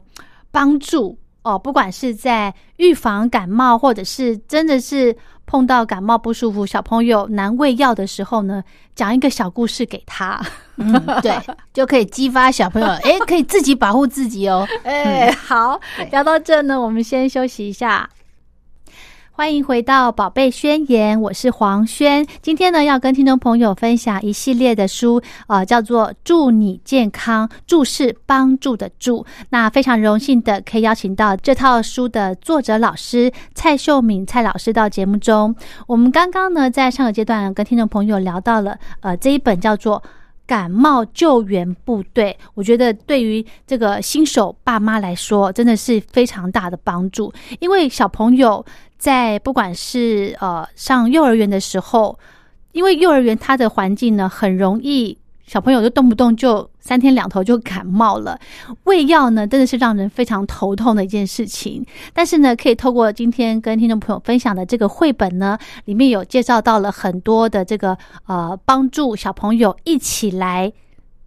B: 帮助哦，不管是在预防感冒，或者是真的是碰到感冒不舒服，小朋友难喂药的时候呢，讲一个小故事给他，
C: 嗯对，就可以激发小朋友，哎，可以自己保护自己哦。
B: 哎、好，聊到这呢，我们先休息一下。欢迎回到《宝贝宣言》，我是黄轩。今天呢，要跟听众朋友分享一系列的书，呃，叫做《祝你健康》，祝是帮助的祝。那非常荣幸的可以邀请到这套书的作者老师蔡秀敏蔡老师到节目中。我们刚刚呢，在上个阶段跟听众朋友聊到了，呃，这一本叫做《感冒救援部队》，我觉得对于这个新手爸妈来说，真的是非常大的帮助，因为小朋友在不管是呃上幼儿园的时候，因为幼儿园它的环境呢，很容易小朋友就动不动就三天两头就感冒了，喂药呢真的是让人非常头痛的一件事情。但是呢，可以透过今天跟听众朋友分享的这个绘本呢，里面有介绍到了很多的这个呃帮助小朋友一起来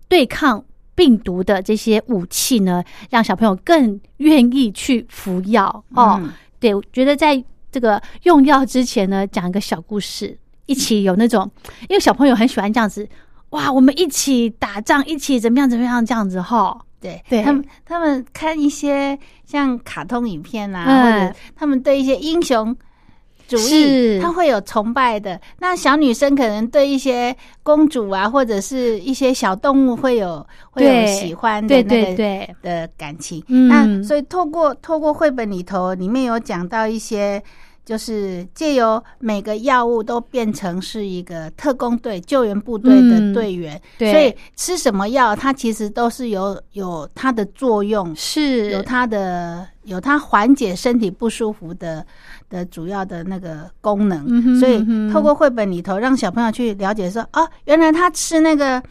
B: 对抗病毒的这些武器呢，让小朋友更愿意去服药哦。
C: 嗯
B: 对，我觉得在这个用药之前呢，讲一个小故事，一起有那种，因为小朋友很喜欢这样子，哇，我们一起打仗，一起怎么样怎么样这样子哈。
C: 对，
B: 对
C: 他们他们看一些像卡通影片啊，
B: 嗯
C: 或者他们对一些英雄主
B: 是
C: 义，他会有崇拜的。那小女生可能对一些公主啊，或者是一些小动物会有会有
B: 对
C: 喜欢的
B: 对
C: 那
B: 对
C: 个
B: 对，
C: 的感情。
B: 嗯
C: 那所以透过透过绘本里头，里面有讲到一些。就是借由每个药物都变成是一个特工队、救援部队
B: 嗯
C: 的队员，
B: 对
C: 所以吃什么药，它其实都是有有它的作用，
B: 是
C: 有它的有它缓解身体不舒服的的主要的那个功能。
B: 嗯哼
C: 所以
B: 嗯哼
C: 透过绘本里头，让小朋友去了解说，哦，原来他吃那个。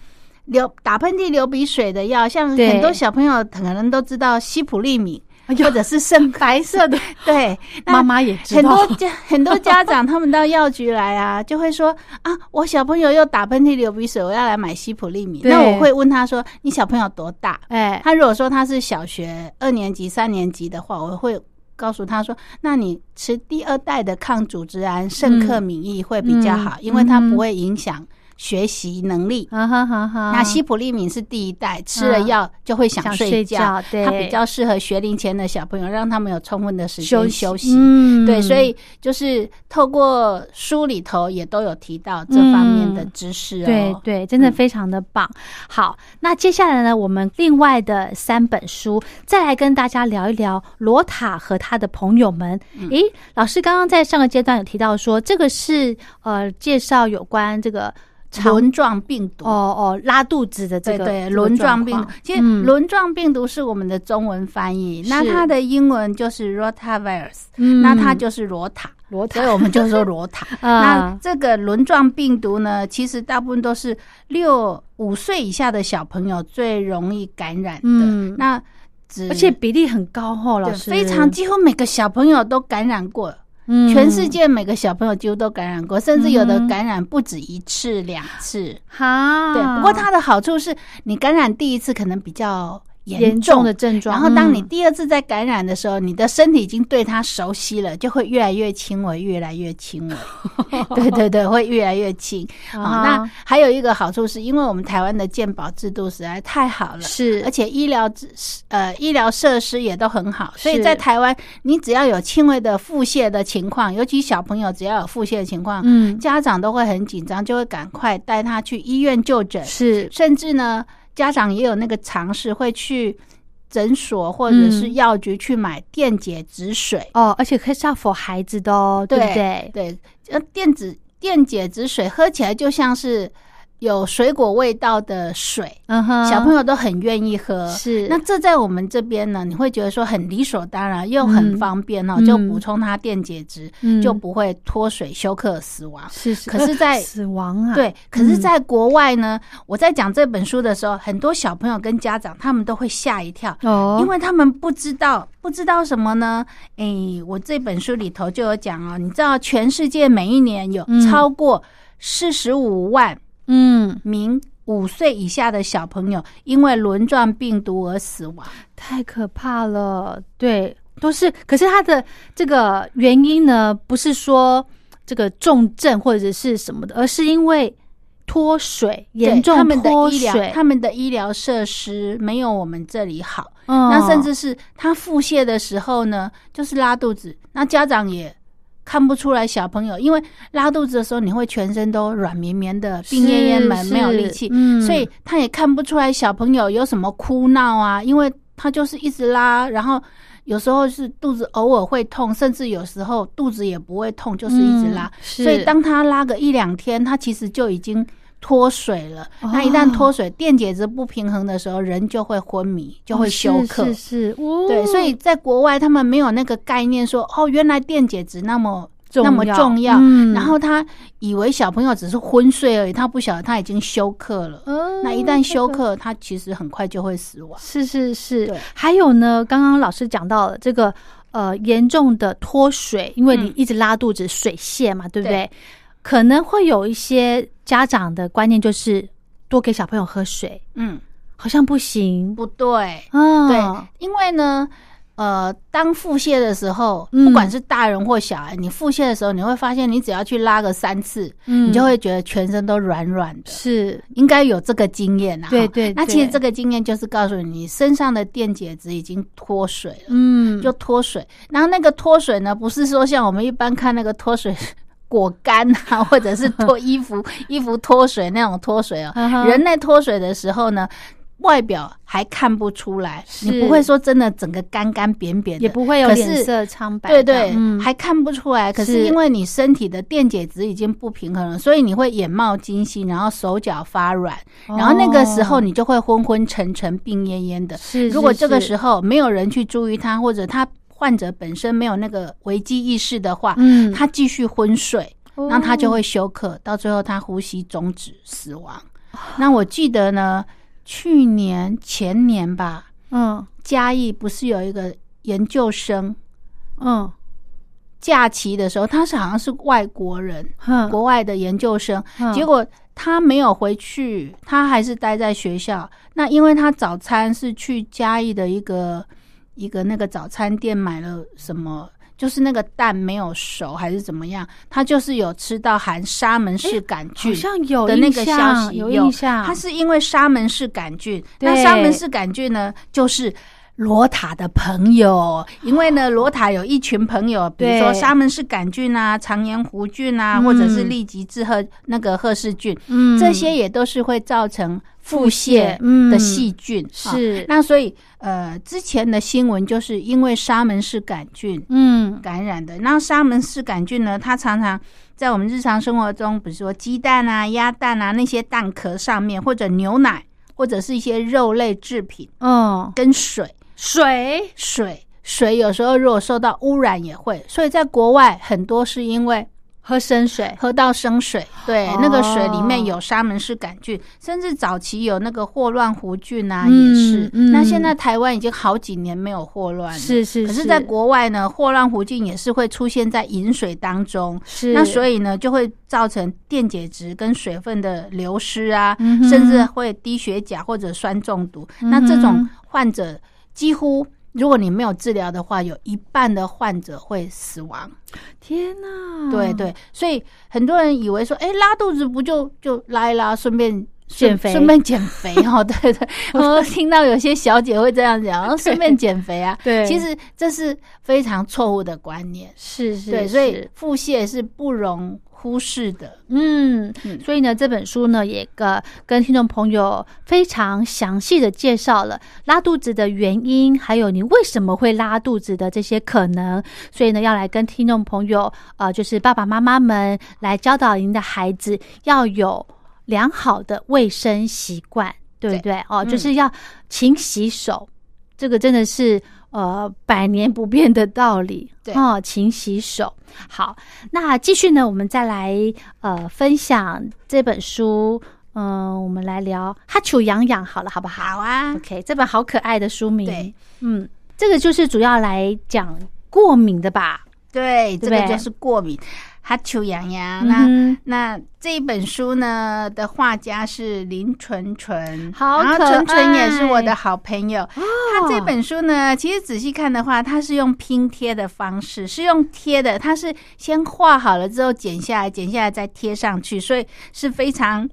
C: 流打喷嚏、流鼻水的药，像
B: 对哎
C: 很多小朋友可能都知道西普利敏，或者是圣白色 的，对，那
B: 妈妈也知
C: 很
B: 道
C: 多，家很多家长他们到药局 来啊，就会说啊，我小朋友又打喷嚏、流鼻水，我要来买西普利敏。
B: 对
C: 那我会问他说，你小朋友多大？
B: 哎，
C: 他如果说他是小学二年级、三年级的话，我会。告诉他说：“那你吃第二代的抗组织胺圣克敏益会比较好，
B: 嗯
C: 因为它
B: 嗯哼
C: 不会影响学习能力。
B: 啊哈哈哈，
C: 那西普利敏是第一代，吃了药就会
B: 嗯
C: 想
B: 想
C: 睡
B: 睡
C: 觉，
B: 觉对
C: 它比较适合学龄前的小朋友，让他们有充分的时
B: 休
C: 间休息。
B: 嗯
C: 对，所以就是透过书里头也都有提到这方面的知识哦。
B: 嗯对对，真的
C: 嗯
B: 非常的棒。好，那接下来呢，我们另外的三本书再来跟大家聊一聊罗塔和他的朋友们。
C: 嗯
B: 诶，老师刚刚在上个阶段有提到说，这个是呃介绍有关这个肠
C: 轮状病毒。
B: 哦哦拉肚子的这
C: 对
B: 个
C: 对，
B: 这个
C: 轮状
B: 状
C: 病毒
B: 况，
C: 其实
B: 嗯
C: 轮状病毒是我们的中文翻译，那
B: 是
C: 它的英文就是 rotavirus，、
B: 嗯
C: 那它就是罗塔，
B: 罗塔
C: 所以我们就说罗 塔。
B: 啊
C: 那这个轮状病毒呢，其实大部分都是六五岁以下的小朋友最容易感染的。
B: 嗯
C: 那只
B: 而且比例很高哦，老
C: 对
B: 师
C: 非常几乎每个小朋友都感染过，
B: 嗯
C: 全世界每个小朋友几乎都感染过，甚至有的
B: 嗯哼
C: 感染不止一次、两次。
B: 哈，啊
C: 对，不过它的好处是你感染第一次可能比较严
B: 重
C: 重
B: 的症状。
C: 然后，当你
B: 嗯
C: 第二次再感染的时候，你的身体已经对它熟悉了，就会越来越轻微，越来越轻 微。对对对，会越来越轻。好、
B: 啊
C: 那还有一个好处是，因为我们台湾的健保制度实在太好了，
B: 是
C: 而且医疗制呃医疗设施也都很好，所以
B: 是
C: 在台湾，你只要有轻微的腹泻的情况，尤其小朋友只要有腹泻的情况，
B: 嗯
C: 家长都会很紧张，就会赶快带他去医院就诊，
B: 是
C: 甚至呢，家长也有那个尝试会去诊所或者是
B: 嗯
C: 药局去买电解质水，
B: 哦，而且可以是要否孩子的哦，对不对？
C: 对，呃，电子电解质水喝起来就像是有水果味道的水，
B: 嗯哼，
C: 小朋友都很愿意喝。
B: 是
C: 那这在我们这边呢，你会觉得说很理所当然，又很
B: 嗯
C: 方便哦，
B: 嗯
C: 就补充它电解质，
B: 嗯
C: 就不会脱水休克死亡。
B: 是是，
C: 可是在
B: 死亡啊，
C: 对，可是，
B: 嗯
C: 在国外呢，我在讲这本书的时候，很多小朋友跟家长他们都会吓一跳，
B: 哦，
C: 因为他们不知道，不知道什么呢？诶，我这本书里头就有讲哦，你知道全世界每一年有
B: 嗯
C: 超过四十五万
B: 嗯
C: 名五岁以下的小朋友因为轮状病毒而死亡。
B: 太可怕了，对，都是。可是他的这个原因呢，不是说这个重症或者是什么的，而是因为脱水严
C: 对他
B: 重
C: 们的
B: 脱
C: 医疗，
B: 水，
C: 他们的医疗设施没有我们这里好。
B: 嗯
C: 那甚至是他腹泻的时候呢，就是拉肚子，那家长也看不出来小朋友，因为拉肚子的时候你会全身都软绵绵的，病恹恹
B: 是
C: 的，
B: 是
C: 没有力气，
B: 嗯
C: 所以他也看不出来小朋友有什么哭闹啊，因为他就是一直拉，然后。有时候是肚子偶尔会痛，甚至有时候肚子也不会痛，就是一直拉。
B: 嗯是
C: 所以当他拉个一两天，他其实就已经脱水了。
B: 哦
C: 那一旦脱水，电解质不平衡的时候，人就会昏迷，就会休克。
B: 哦是是是，哦
C: 对，所以在国外他们没有那个概念说，哦，原来电解质那么。
B: 重
C: 那么
B: 要
C: 重要，
B: 嗯
C: 然后他以为小朋友只是昏睡而已，他不晓得他已经休克了。
B: 嗯
C: 那一旦休
B: 太可
C: 克，他其实很快就会死亡。
B: 是是是
C: 对，
B: 还有呢，刚刚老师讲到了这个呃严重的脱水，因为你
C: 嗯
B: 一直拉肚子，水泄嘛，对不对？
C: 对
B: 可能会有一些家长的观念就是多给小朋友喝水，
C: 嗯，
B: 好像不行，
C: 不对，
B: 嗯，
C: 对，因为呢，呃，当腹泻的时候，
B: 嗯
C: 不管是大人或小孩，你腹泻的时候，你会发现，你只要去拉个三次，
B: 嗯
C: 你就会觉得全身都软软的。
B: 是
C: 应该有这个经验啊，
B: 对
C: 哈
B: 对
C: 那其实
B: 对
C: 这个经验就是告诉你，你身上的电解质已经脱水了，
B: 嗯，
C: 就脱水。然后那个脱水呢，不是说像我们一般看那个脱水果干啊，或者是脱 衣服衣服脱水那种脱水哦
B: 嗯哼。
C: 人类脱水的时候呢，外表还看不出来，
B: 是
C: 你不会说真的整个干干扁扁的，
B: 也不会有
C: 可是
B: 脸色苍白这
C: 对
B: 样，
C: 对，
B: 嗯
C: 还看不出来。可
B: 是
C: 是因为你身体的电解质已经不平衡了，所以你会眼冒金星，然后手脚发软，然后那个时
B: 哦
C: 候你就会昏昏沉沉、病恹恹的。
B: 是
C: 如果这个时
B: 候，
C: 候没有人去注意他，或者他患者本身没有那个危机意识的话，
B: 嗯
C: 他继续昏睡，
B: 哦
C: 那他就会休克，到最后他呼吸终止死亡。那我记得呢，去年前年吧，
B: 嗯
C: 嘉义不是有一个研究生，
B: 嗯
C: 假期的时候，他是好像是外国人，
B: 嗯哼
C: 国外的研究生，
B: 嗯
C: 结果他没有回去，他还是待在学校。那因为他早餐是去嘉义的一个一个那个早餐店买了什么。就是那个蛋没有熟还是怎么样，他就是有吃到含沙门氏杆菌
B: 哎好像有
C: 的那个
B: 印
C: 消
B: 象
C: 息，
B: 有印象
C: 他是因为沙门氏杆菌，那
B: 啊对
C: 沙门氏杆菌呢，就是罗塔的朋友，因为呢，罗塔有一群朋友，比如说
B: 对
C: 沙门氏杆菌啊、肠炎弧菌啊，
B: 嗯
C: 或者是痢疾治赫那个赫氏菌，
B: 嗯
C: 这些也都是会造成腹
B: 泻
C: 泻
B: 嗯
C: 的细菌。啊
B: 是
C: 那所以呃，之前的新闻就是因为沙门氏杆菌，
B: 嗯
C: 感染的。那沙门氏杆菌呢，它常常在我们日常生活中，比如说鸡蛋啊、鸭蛋啊那些蛋壳上面，或者牛奶，或者是一些肉类制品
B: 嗯
C: 跟水，
B: 水
C: 水水有时候如果受到污染也会，所以在国外很多是因为
B: 喝生水，
C: 喝到生水，对，
B: 哦
C: 那个水里面有沙门氏杆菌，甚至早期有那个霍乱弧菌啊，
B: 嗯
C: 也是。
B: 嗯
C: 那现在台湾已经好几年没有霍乱了，
B: 是是
C: 可
B: 是
C: 是在国外呢，霍乱弧菌也是会出现在饮水当中，
B: 是
C: 那所以呢，就会造成电解质跟水分的流失啊，
B: 嗯哼嗯
C: 甚至会低血钾或者酸中毒。那这种患者几乎，如果你没有治疗的话，有一半的患者会死亡。
B: 天哪，
C: 对对，所以很多人以为说，哎，拉肚子不就就拉一拉，顺便。顺
B: 减肥
C: 顺便减肥哈、哦， 对 对， 我听到有些小姐会这样讲，然后顺便减肥啊，
B: 对
C: 其实这是非常错误的观念，
B: 是是，
C: 对，所以
B: 是
C: 腹泻是不容忽视的，
B: 嗯，
C: 嗯
B: 所以呢，这本书呢也呃跟听众朋友非常详细的介绍了拉肚子的原因，还有你为什么会拉肚子的这些可能。所以呢，要来跟听众朋友呃，就是爸爸妈妈们来教导您的孩子要有良好的卫生习惯，对不对？哦，
C: 嗯
B: 就是要勤洗手，这个真的是呃百年不变的道理。
C: 对
B: 哦，勤洗手。好，那继续呢，我们再来呃分享这本书。嗯，我们来聊《哈丘痒痒》好了，好不好？
C: 好啊，
B: OK，这本好可爱的书名。
C: 对，
B: 嗯，这个就是主要来讲过敏的吧？
C: 对，这
B: 对
C: 个
B: 不对
C: 就是过敏，哈丘痒痒，啊那、
B: 嗯哼，
C: 那这一本书呢的画家是林纯纯，
B: 好
C: 然后
B: 可
C: 纯纯也是
B: 爱哦
C: 我的好朋友。他这本书呢，其实仔细看的话，它是用拼贴的方式，是用贴的，它是先画好了之后剪下来，剪下来再贴上去，所以是非常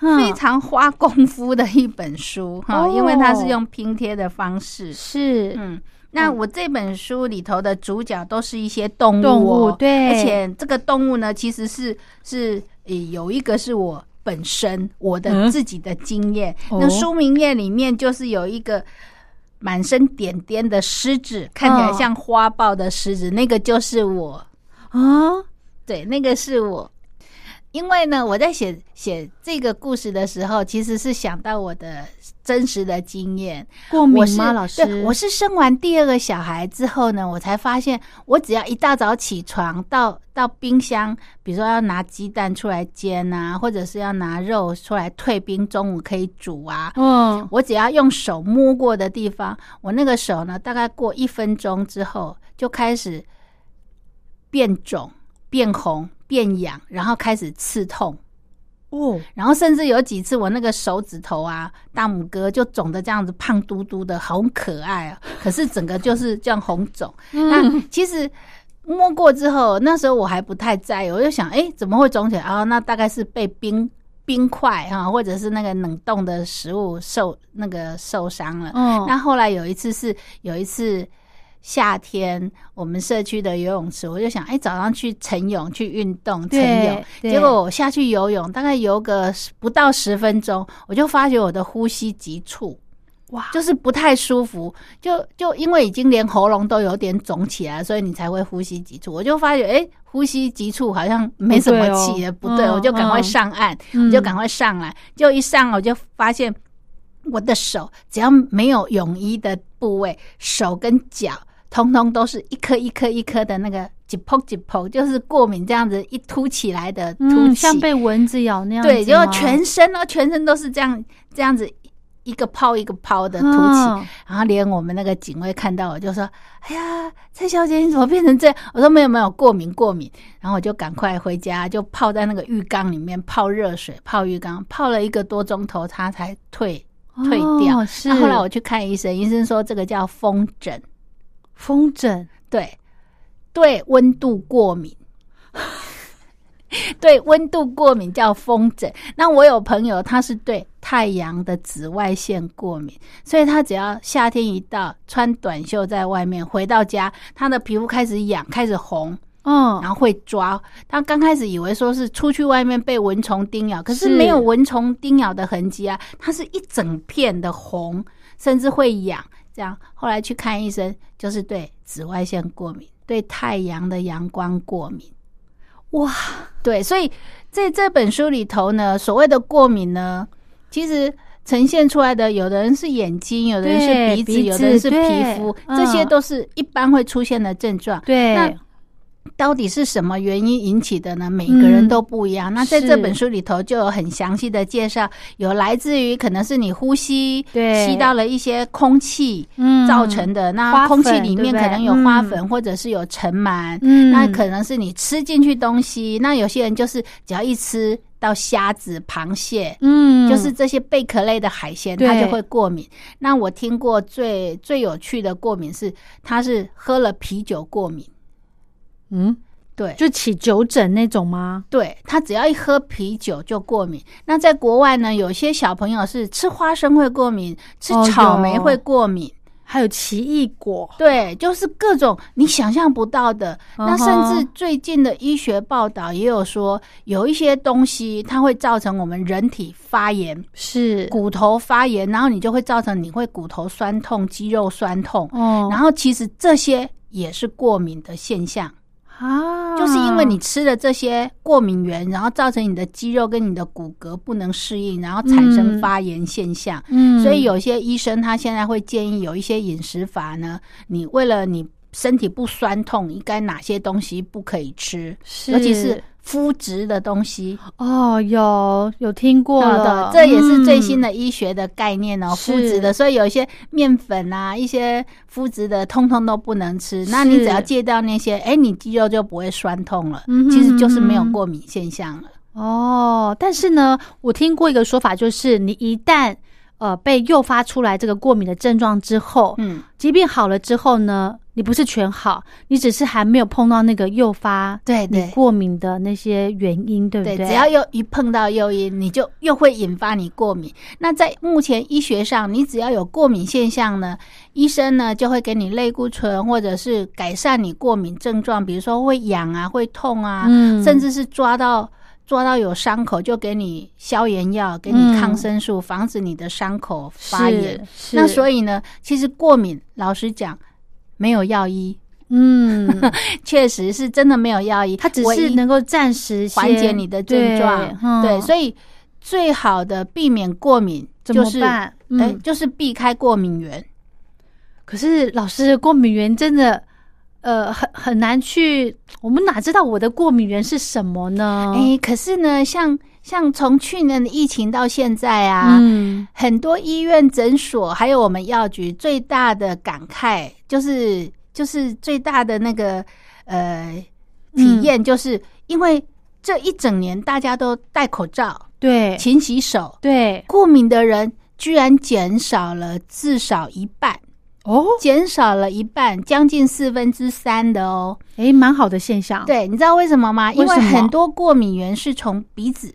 B: 嗯
C: 非常花功夫的一本书哈，
B: 哦
C: 因为它是用拼贴的方式。
B: 是、
C: 嗯，
B: 哦
C: 那我这本书里头的主角都是一些动物、哦，
B: 动物对
C: 而且这个动物呢，其实是是呃有一个是我本身我
B: 嗯
C: 的自己的经验。
B: 哦
C: 那书名页里面就是有一个。满身点点的狮子，看起来
B: 哦
C: 像花豹的狮子，那个就是我。嗯
B: 啊，
C: 对，那个是我，因为呢，我在写写这个故事的时候，其实是想到我的真实的经验。
B: 过
C: 我
B: 敏
C: 是
B: 吗？老
C: 对
B: 师，
C: 我是生完第二个小孩之后呢，我才发现，我只要一大早起床到到冰箱，比如说要拿鸡蛋出来煎啊，或者是要拿肉出来退冰，中午可以煮啊。
B: 嗯，
C: 我只要用手摸过的地方，我那个手呢，大概过一分钟之后就开始变肿、变红、变痒，然后开始刺痛。
B: 哦，
C: 然后甚至有几次我那个手指头啊，大拇哥就肿的这样子胖嘟嘟的，好可爱啊！可是整个就是这样红肿。那其实摸过之后，那时候我还不太在意，我就想，哎，怎么会肿起来啊？那大概是被冰。冰块哈、或者是那个冷冻的食物受那个受伤了。
B: 嗯
C: 那后来有一次是有一次夏天，我们社区的游泳池，我就想，哎，早上去晨泳去运动晨
B: 对
C: 泳，
B: 对
C: 结果我下去游泳，大概游个十不到十分钟，我就发觉我的呼吸急促，
B: 哇，
C: 就是不太舒服，就就因为已经连喉咙都有点肿起来，所以你才会呼吸急促。我就发觉，哎、呼吸急促好像没什么气了，
B: 不
C: 不
B: 对哦嗯
C: 对，我就赶快上岸，
B: 嗯
C: 我就赶快上来，就一上我就发现我的手只要没有泳衣的部位，手跟脚通通都是一颗一颗一颗的那个。几碰几碰，就是过敏这样子一凸起来的凸起，
B: 嗯，像被蚊子咬那样子吗，
C: 对，就全身哦，全身都是这样这样子一个泡一个泡的凸起，
B: 啊
C: 然后连我们那个警卫看到我就说：“哎呀，蔡小姐你怎么变成这样？”我说：“没有没有，过敏过敏。”然后我就赶快回家，就泡在那个浴缸里面泡热水，泡浴缸泡了一个多钟头，它才退。退掉
B: 哦、是
C: 那后来我去看医生，医生说这个叫风疹，
B: 风疹，
C: 对，对温度过敏， 对温度过敏叫风疹。那我有朋友，他是对太阳的紫外线过敏，所以他只要夏天一到，穿短袖在外面，回到家，他的皮肤开始痒，开始红，
B: 嗯，
C: 然后会抓。他刚开始以为说是出去外面被蚊虫叮咬，可是
B: 是
C: 没有蚊虫叮咬的痕迹啊，它是一整片的红，甚至会痒。这样后来去看医生，就是对紫外线过敏，对太阳的阳光过敏。
B: 哇，
C: 对，所以在这本书里头呢，所谓的过敏呢，其实呈现出来的，有的人是眼睛，有的人
B: 对
C: 是鼻子，
B: 鼻
C: 有的
B: 子
C: 人是皮
B: 对
C: 肤，
B: 嗯
C: 这些都是一般会出现的症状。
B: 对，
C: 那到底是什么原因引起的呢？每个人都不一样。那在
B: 嗯是
C: 这本书里头就有很详细的介绍，有来自于可能是你呼吸，
B: 对
C: 吸到了一些空气
B: 嗯
C: 造成的。
B: 花
C: 那
B: 粉
C: 空气里
B: 对
C: 面
B: 不对
C: 可能有花
B: 嗯
C: 粉，或者是有尘螨。
B: 嗯
C: 那可能是你吃进去东西。那有些人就是只要一吃到虾子、螃蟹，
B: 嗯，
C: 就是这些贝壳类的海鲜，
B: 对
C: 它就会过敏。那我听过最最有趣的过敏是，它是喝了啤酒过敏。
B: 嗯，
C: 对，
B: 就起酒疹那种吗？
C: 对他只要一喝啤酒就过敏。那在国外呢，有些小朋友是吃花生会过敏，吃
B: 哦
C: 草莓
B: 有
C: 会过敏。
B: 还有奇异果，
C: 对，就是各种你想象不到的。那
B: 嗯
C: 甚
B: 哼
C: 至最近的医学报道也有说，有一些东西它会造成我们人体发炎，
B: 是
C: 骨头发炎，然后你就会造成你会骨头酸痛、肌肉酸痛。
B: 哦，
C: 然后其实这些也是过敏的现象。
B: 啊，
C: 就是因为你吃了这些过敏源，然后造成你的肌肉跟你的骨骼不能适应，然后产生
B: 嗯
C: 发炎现象。
B: 嗯，
C: 所以有些医生他现在会建议有一些饮食法呢，你为了你身体不酸痛，应该哪些东西不可以吃，
B: 是
C: 尤其是麸质的东西。
B: 哦，有有听过
C: 对
B: 了
C: 的，，哦这也是最新
B: 的。
C: 的医学的概念哦，
B: 嗯是
C: 麸质的，所以有一些面粉啊，一些麸质的，通通都不能吃。那你
B: 是
C: 只要戒掉那些，哎，你肌肉就不会酸痛了，
B: 嗯哼
C: 其实就是没有
B: 嗯哼
C: 过敏现象了。
B: 哦，但是呢，我听过一个说法，就是你一旦呃被诱发出来这个过敏的症状之后，
C: 嗯，
B: 疾病好了之后呢，你不是全好，你只是还没有碰到那个诱发
C: 对
B: 你
C: 对
B: 过敏的那些原因，对不
C: 对，
B: 对？
C: 只要又一碰到诱因，你就又会引发你过敏。那在目前医学上，你只要有过敏现象呢，医生呢就会给你类固醇，或者是改善你过敏症状，比如说会痒啊、会痛啊，
B: 嗯
C: 甚至是抓到抓到有伤口就给你消炎药，给你抗生素，防止你的伤口发炎。
B: 是，
C: 那所
B: 以
C: 以呢，其实过敏，老实讲，没有药医，
B: 嗯，
C: 确实是真的没有药医，
B: 它只
C: 唯
B: 是
C: 一
B: 能够暂时先
C: 缓解你的症状。嗯对，
B: 对，以
C: 所以最好的避免过敏
B: 怎
C: 就
B: 么
C: 是，哎、
B: 办？嗯，
C: 就是避开过敏源。
B: 可是老师，过敏源真的。呃，很很难去，我们哪知道我的过敏源是什么呢？
C: 哎、可是呢，像像从去年的疫情到现在啊，
B: 嗯，
C: 很多医院、诊所还有我们药局最大的感慨就是，就是最大的那个呃体验，就是因为这一整年大家都戴口罩、
B: 对，
C: 勤洗手，
B: 对，
C: 过敏的人居然减少了至少一半。
B: 哦，
C: 减少了一半，将近四分之三的哦。
B: 诶，蛮好的现象。，
C: 对，你知道为什么吗？因
B: 为
C: 为
B: 什么
C: 很多过敏源是从鼻子，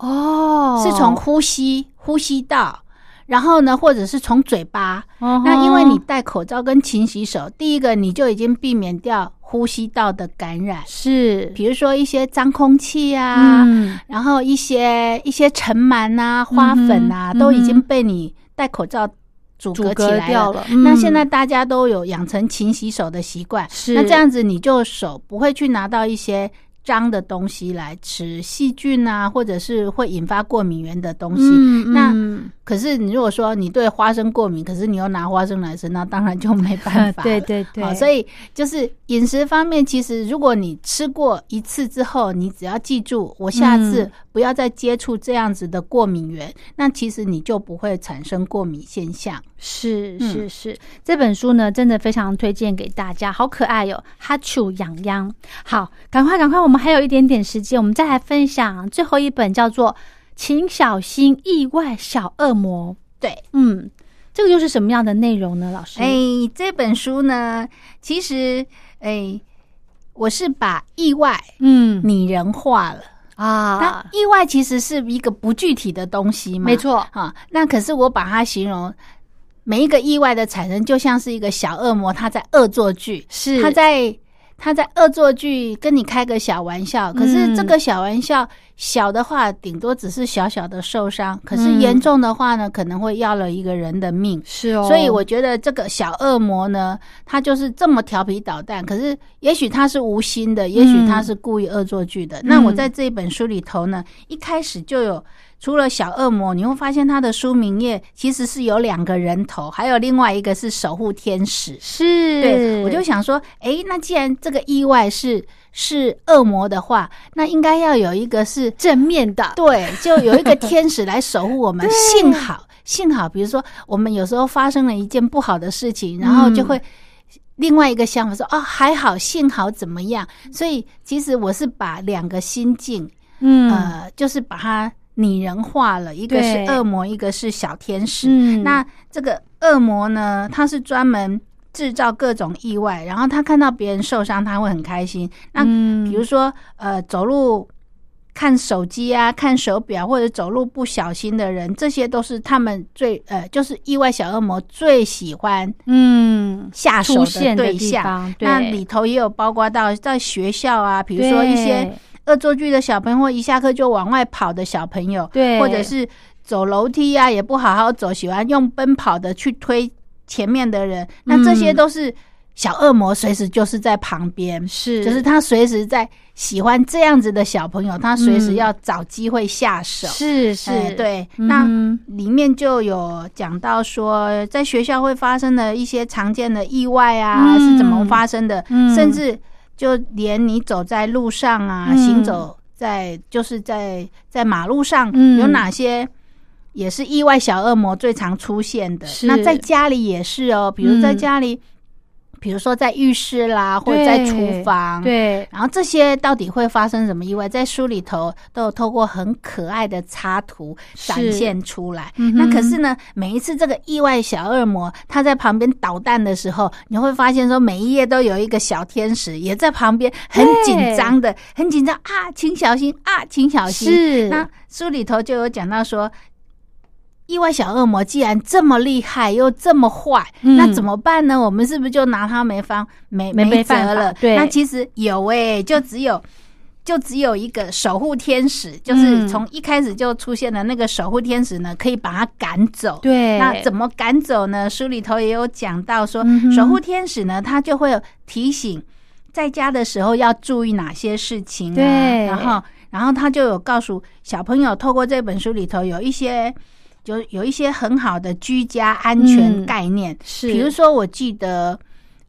B: 哦，
C: 是从呼吸、呼吸道，然后呢，或者是从嘴巴。
B: 哦吼
C: 那因为你戴口罩跟勤洗手，第一个你就已经避免掉呼吸道的感染，
B: 是
C: 比如说一些脏空气啊，
B: 嗯，
C: 然后一些一些尘螨啊、花粉啊，
B: 嗯哼
C: 都已
B: 嗯
C: 经
B: 哼
C: 被你戴口罩阻
B: 阻
C: 隔起
B: 隔
C: 来
B: 掉
C: 了。
B: 了。
C: 那
B: 嗯
C: 现在大家都有养成勤洗手的习惯，
B: 是
C: 那这样子你就手不会去拿到一些脏的东西来吃，细菌啊，或者是会引发过敏源的东西。
B: 嗯，
C: 那
B: 嗯
C: 可是你如果说你对花生过敏，可是你又拿花生来吃，那当然就没办
B: 呃
C: 法了。
B: 对对对，
C: 好，所以就是饮食方面，其实如果你吃过一次之后，你只要记住，我下次
B: 嗯
C: 不要再接触这样子的过敏源，那其实你就不会产生过敏现象。
B: 是
C: 嗯
B: 是是，这本书呢，真的非常推荐给大家，好可爱哟、哦哈啾痒痒，好，赶快赶快，我们还有一点点时间，我们再来分享最后一本，叫做《请小心意外小恶魔》。
C: 对，
B: 嗯，这个又是什么样的内容呢？老师？
C: 哎、这本书呢，其实哎、我是把意外
B: 嗯
C: 拟人化了。那
B: 啊，
C: 意外其实是一个不具体的东西嘛，
B: 没错，
C: 啊。那可是我把它形容，每一个意外的产生，就像是一个小恶魔，他在恶作剧，
B: 是
C: 他在他在恶作剧跟你开个小玩笑。可是这个小玩笑、小的话，顶多只是小小的受伤；可是
B: 嗯
C: 严重的话呢，可能会要了一个人的命。
B: 是哦，
C: 所以我觉得这个小恶魔呢，他就是这么调皮捣蛋。可是，也许他是无心的，也许他是故意恶作剧的。
B: 嗯
C: 那我在这一本书里头呢，一开始就有除了小恶魔，你会发现他的书名页其实是有两个人头，还有另外一个是守护天使。
B: 是，
C: 对，我就想说，诶，那既然这个意外是是恶魔的话，那应该要有一个是
B: 正面的，
C: 对，就有一个天使来守护我们。幸好，幸好，比如说我们有时候发生了一件不好的事情，然后
B: 嗯
C: 就会另外一个想法说：“哦，还好，幸好怎么样？”所以其实我是把两个心境。
B: 嗯
C: 呃，就是把它拟人化了，一个是
B: 对
C: 恶魔，一个是小天使。
B: 嗯
C: 那这个恶魔呢，他是专门制造各种意外，然后他看到别人受伤，他会很开心。那
B: 嗯
C: 比如说，呃，走路看手机啊、看手表，或者走路不小心的人，这些都是他们最呃，就是意外小恶魔最喜欢
B: 嗯
C: 下手
B: 出现的
C: 对
B: 地
C: 象。
B: 方，对
C: 那里头也有包括到在学校啊，比
B: 比
C: 如说一些恶作剧的小朋友，或一下课就往外跑的小朋友，
B: 对
C: 或者是走楼梯啊也不好好走，喜欢用奔跑的去推前面的
B: 嗯
C: 人，那这些都是小恶魔，随时就是在旁边，
B: 是
C: 就是他随时在喜欢这样子的小朋友，他随时要找机会下手。
B: 嗯是是、
C: 哎对，
B: 嗯
C: 那里面就有讲到说，在学校会发生的一些常见的意外啊，
B: 嗯
C: 是怎么发生的，
B: 嗯
C: 甚至就连你走在路上啊，
B: 嗯
C: 行走在就是在在马路上、
B: 嗯
C: 有哪些。也是意外小恶魔最常出现的。
B: 是嗯
C: 那在家里也是哦，比如在家里，比如说在浴室啦，或者在
B: 对
C: 厨房，
B: 对
C: 然后这些到底会发生什么意外，在书里头都有透过很可爱的插图
B: 是
C: 展现出来。
B: 嗯哼
C: 那可是呢，每一次这个意外小恶魔他在旁边捣蛋的时候，你会发现说，每一页都有一个小天使也在旁边很
B: 对
C: 紧张的，很紧张啊，请小心啊，请小心。
B: 是
C: 那书里头就有讲到说，意外小恶魔既然这么厉害又这么坏，
B: 嗯
C: 那怎么办呢？我们是不是就拿他没方没
B: 没
C: 没辙
B: 办法
C: 了？
B: 对
C: 那其实有诶、就只有。就只有一个守护天使，就是
B: 嗯
C: 从一开始就出现的那个守护天使呢，可以把他赶走。
B: 对
C: 那怎么赶走呢？书里头也有讲到说，
B: 嗯哼
C: 守护天使呢，他就会有提醒在家的时候要注意哪些事情啊，
B: 对
C: 然后然后他就有告诉小朋友，透过这本书里头有一些。就有一些很好的居家安全
B: 嗯
C: 概念，
B: 是
C: 比如说，我记得，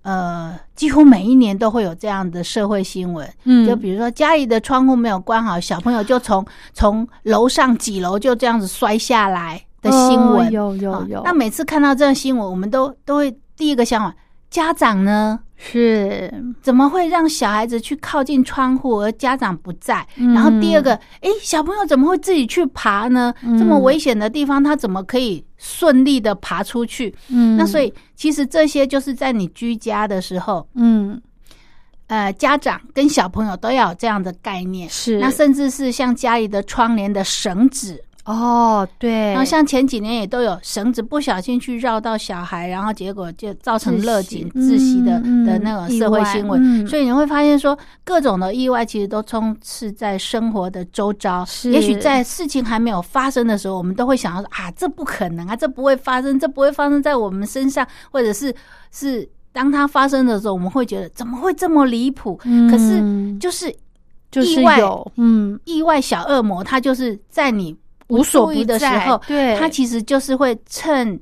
C: 呃，几乎每一年都会有这样的社会新闻，
B: 嗯
C: 就比如说家里的窗户没有关好，小朋友就从从楼上几楼就这样子摔下来的新闻，
B: 哦有有
C: 啊
B: 有，
C: 那每次看到这个新闻，我们都都会第一个想法，家长呢
B: 是
C: 怎么会让小孩子去靠近窗户，而家长不在？
B: 嗯
C: 然后第二个，诶，小朋友怎么会自己去爬呢？
B: 嗯
C: 这么危险的地方，他怎么可以顺利的爬出去？
B: 嗯
C: 那所
B: 以
C: 以，其实这些就是在你居家的时候，
B: 嗯
C: 呃，家长跟小朋友都要有这样的概念。
B: 是
C: 那甚至是像家里的窗帘的绳子，
B: 哦对，
C: 然后像前几年也都有绳子不小心去绕到小孩，然后结果就造成勒颈
B: 窒息
C: 窒息的、
B: 嗯
C: 的
B: 嗯
C: 那种
B: 意
C: 社会
B: 外
C: 新闻。
B: 嗯
C: 所以你会发现说，各种的意外其实都充斥在生活的周遭。
B: 是
C: 也许在事情还没有发生的时候，我们都会想要说啊，这不可能啊，这不会发生，这不会发生在我们身上，或者是是。当它发生的时候，我们会觉得怎么会这么离谱？可是
B: 嗯
C: 就是
B: 就是
C: 意外
B: 有嗯
C: 意外小恶魔，他就是在你
B: 无所
C: 注意
B: 不
C: 的时
B: 在
C: 候，
B: 对
C: 他其实就是会趁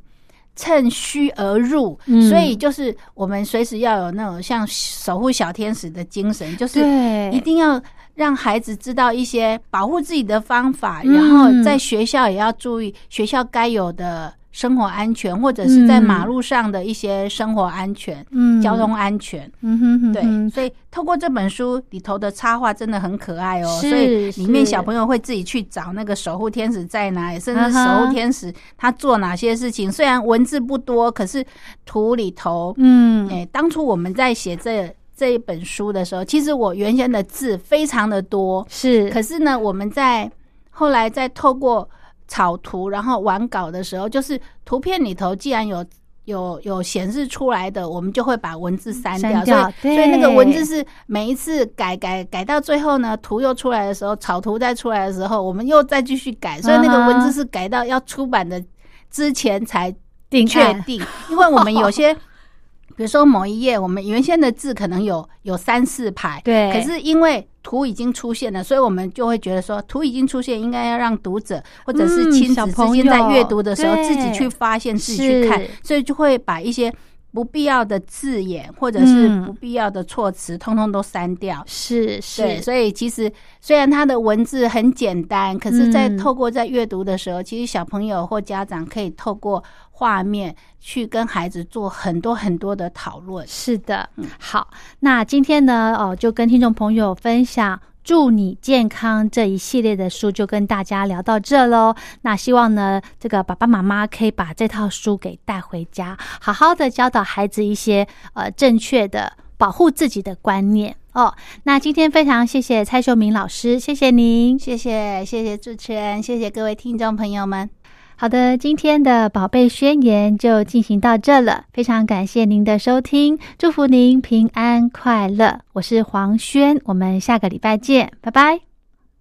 C: 趁虚而入，
B: 嗯
C: 所以就是我们随时要有那种像守护小天使的精神，就是
B: 对
C: 一定要让孩子知道一些保护自己的方法，
B: 嗯
C: 然后在学校也要注意学校该有的生活安全，或者是在
B: 嗯
C: 马路上的一些生活安全、
B: 嗯
C: 交通安全。
B: 嗯哼哼
C: 对，
B: 哼
C: 所以透过这本书里头的插画真的很可爱哦，
B: 是
C: 所以里面
B: 是
C: 小朋友会自己去找那个守护天使在哪里，甚至
B: 啊哈
C: 守护天使他做哪些事情。虽然文字不多，可是图里头，
B: 嗯
C: 哎、当初我们在写这这一本书的时候，其实我原先的字非常的多，
B: 是
C: 可是呢，我们在后来再透过草图，然后完稿的时候，就是图片里头既然有有有显示出来的，我们就会把文字删
B: 删
C: 掉。
B: 掉
C: 所
B: 对
C: 以所以那个文字是每一次改改改到最后呢，图又出来的时候，草图再出来的时候，我们又再继续改，所以那
B: 啊哈
C: 个文字是改到要出版的之前才
B: 定
C: 确
B: 案
C: 定，因为我们有些， 比如说某一页，我们原先的字可能有有三四排，
B: 对
C: 可是因为图已经出现了，所以我们就会觉得说，图已经出现，应该要让读者或者是
B: 嗯
C: 亲
B: 小
C: 子之
B: 朋
C: 间在
B: 友
C: 阅读的时候
B: 对
C: 自己去发现、自己去看
B: 是，
C: 所以就会把一些不必要的字眼或者是
B: 嗯
C: 不必要的措辞，通通都删掉。
B: 是
C: 对，
B: 是
C: 所以其实虽然它的文字很简单，可是，在
B: 嗯
C: 透过在阅读的时候，其实小朋友或家长可以透过画面去跟孩子做很多很多的讨论。嗯
B: 是的，好，那今天呢，哦，就跟听众朋友分享。祝你健康》这一系列的书就跟大家聊到这喽。那希望呢，这个爸爸妈妈可以把这套书给带回家，好好的教导孩子一些呃正确的保护自己的观念哦。那今天非常谢谢蔡秀明老师，谢谢您。
C: 谢谢谢谢主持人，谢谢各位听众朋友们。
B: 好的，今天的宝贝宣言就进行到这了，非常感谢您的收听，祝福您平安快乐。我是黄轩，我们下个礼拜见，拜拜。